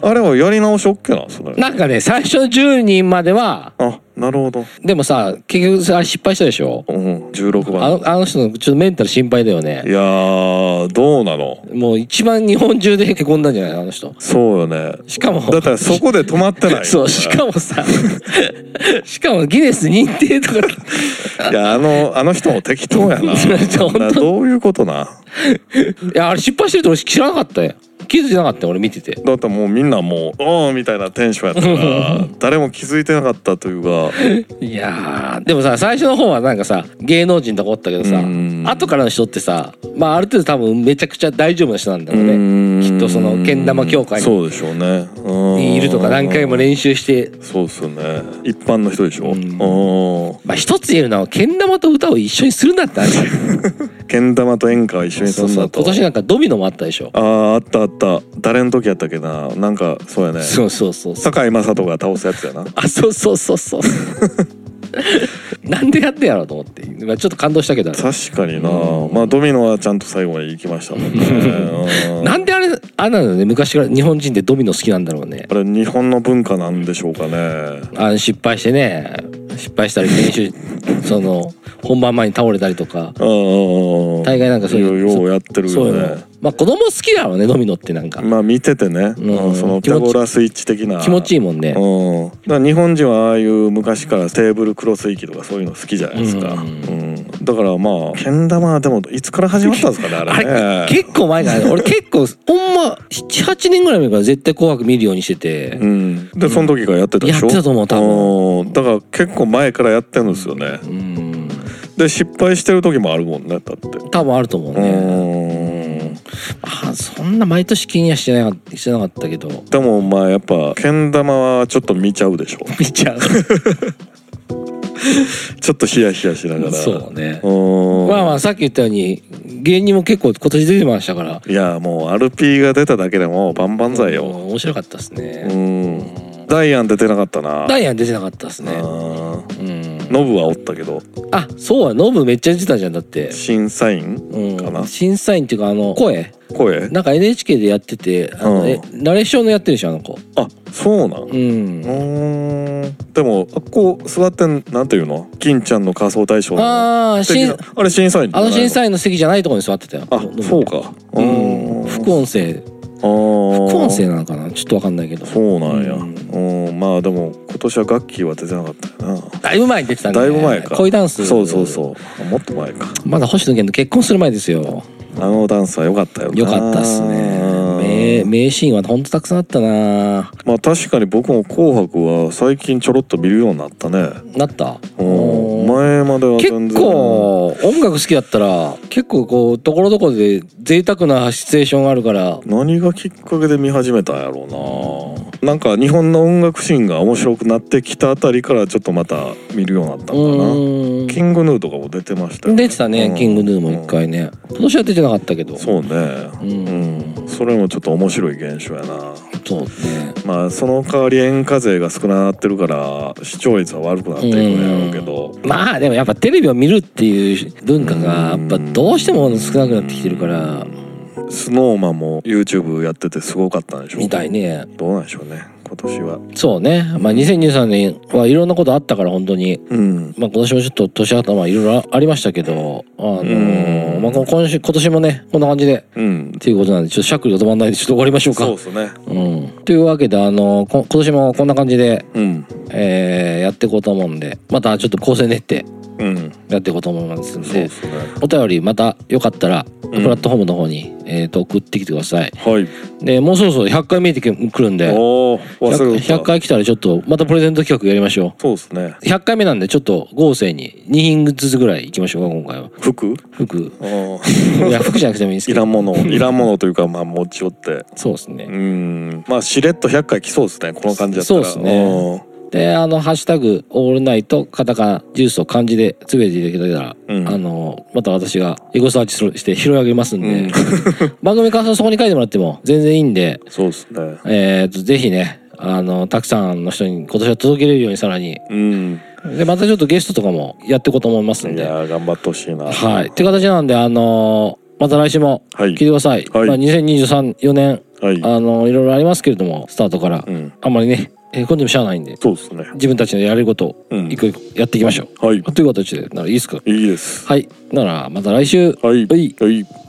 あれもやり直し OK なんですねなんかね最初の10人まではあなるほど、でもさ結局さ失敗したでしょうん、16あ番のあの人のちょっとメンタル心配だよいねやーどうなのもう一番日本中でへこんだんじゃないあの人そうよねしかもだったらそこで止まってないよねそうしかもさしかもギネス認定とかいやあのあの人も適当 やな本当などういうことないやあれ失敗してると俺知らなかったよ気づいてなかったよ俺見ててだってもうみんなもう「おーみたいなテンションやったから誰も気づいてなかったというかいやーでもさ最初の方はなんかさ芸能人とかおったけどさうん後からの人ってさまあある程度多分めちゃくちゃ大丈夫な人なんだろう ねききっとそのけん玉協会にそうでしょうねうんいるとか何回も練習してそうっすよね一般の人でしょうんうまあ一つ言えるのはけん玉と歌を一緒にするなってあるんけん玉と演歌は一緒にすそうんそだうと今年なんかドミノもあったでしょあーあったあった誰の時やったっけななんかそうやねそうそうそうそう堺雅人が倒すやつやなあそうそうそう そうなんでやってんやろうと思って、まあ、ちょっと感動したけど確かになうんまあドミノはちゃんと最後まで行きましたもんねう んなんであれあれなのね昔から日本人ってドミノ好きなんだろうねあれ日本の文化なんでしょうかねあの失敗してね失敗したり練習その本番前に倒れたりとかうん大概なんかそういうようやってるそういようのねまあ子供好きだろうねドミノってなんかまあ見ててね、うんうんその気ピ持ちタゴラスイッチ的な気持ちいいもんねうん、だから日本人はああいう昔からテーブルクロス域とかそういうの好きじゃないですか、ううんんだからまあけん玉はでもいつから始まったんですかねああれねれ結構前からね俺結構ほんま78年ぐらい前から絶対「紅白」見るようにしてて、うん、でその時からやってたでしやょってたと思う多分うんだから結構前からやってるんですよねうんで失敗してる時もあるもんねだって多分あると思ううね、んあそんな毎年気にはしてなかったしてなかったけどでもまあやっぱけん玉はちょっと見ちゃうでしょ見ちゃうちょっとヒヤヒヤしながらそうねうんまあまあさっき言ったように芸人も結構今年出てましたからいやもう RP が出ただけでもう万々歳うんよ面白かったですね、うんダイアン出てなかったなダイアン出てなかったですねあーうんノブはおったけどあそうやノブめっちゃ出てたじゃんだって、審査員うんかな審査員っていうかあの声声なんか NHK でやっててあの、うんえナレーションのやってるでしょあの子あそうなんううんーんでもあっこ座ってんなんていうの金ちゃんの仮装大賞のああ、的しなんあれ審査員じゃあないの審査員の席じゃないところに座ってたよ。あそうか。かうん。副音声。副音音声なのかなちょっとわかんないけど。そうなんやううんまあでも今年はガッキーは出てなかったよなだいぶ前に出てたんで。だいぶ前か恋ダンス。そうそうそうあもっと前かう。まだ星野源と結婚する前ですよ。あのダンスは良かったよなよかったっすね。名、名シーンはほんとたくさんあったなまあ確かに僕も「紅白」は最近ちょろっと見るようになったねなったうんおー前までは全然結構音楽好きだったら結構こうところどころで贅沢なシチュエーションがあるから何がきっかけで見始めたんやろうななんか日本の音楽シーンが面白くなってきたあたりからちょっとまた見るようになったうのかなーんキングヌーとかも出てましたよ出てたね、うんキングヌーも一回ね今年は出てなかったけどそうねうんうんそれもちょっと面白い現象やなそうねまあその代わり円課税が少ななってるから視聴率は悪くなっていくんやろうけど、まあでもやっぱテレビを見るっていう文化がやっぱどうしても少なくなってきてるからスノーマンも YouTube やっててすごかったんでしょみたいねどうなんでしょうね今年はそうねまあ2023年はいろんなことあったから本当にうんまあ今年もちょっと年頭いろいろありましたけどあのーうんまあこ今週今年もねこんな感じでうんっていうことなんでちょっとしゃっくりが止まんないんでちょっと終わりましょうかそうですねうん、というわけであのこ今年もこんな感じで、うんえーやっていこうと思うんでまたちょっと構成練ってうんやっていこうと思いますんそうでですねお便りまたよかったらプんラットフォームの方に、えーと送ってきてくださいはいでもうそろそろ100回見えてくるんでおお忘 100, れてた100回来たらちょっとまたプレゼント企画やりましょそうですねう100回目なんでちょっと豪勢に2品ずつぐらい行きましょうか今回は服 服あーいや服じゃなくてもいいんですけいどらんもの いらんものというかまあ持ち寄ってそうですうねんまあしれっと100回来そうですねこの感じだったそうらっすねであの「ハッシュタグオールナイトカタカナジュース」を漢字でつぶやいていただけたら、うんあのまた私がエゴサーチするして拾い上げますんで、うん 番組感想そこに書いてもらっても全然いいんで、そうですねえー、とぜひねあのたくさんの人に今年は届けれるようにさらにうんでまたちょっとゲストとかもやっていこうと思いますんいでやー頑張ってほしいなはいって形なんであのまた来週もはい聞いてください、はいまあ、2023年はいあのいろいろありますけれどもスタートから、うんあんまりね、えー、今度もしゃあないんでそうですね自分たちのやれることをうん一個一個やっていきましょう、はいという形でならいいですかいいですはいならまた来週はいはいはい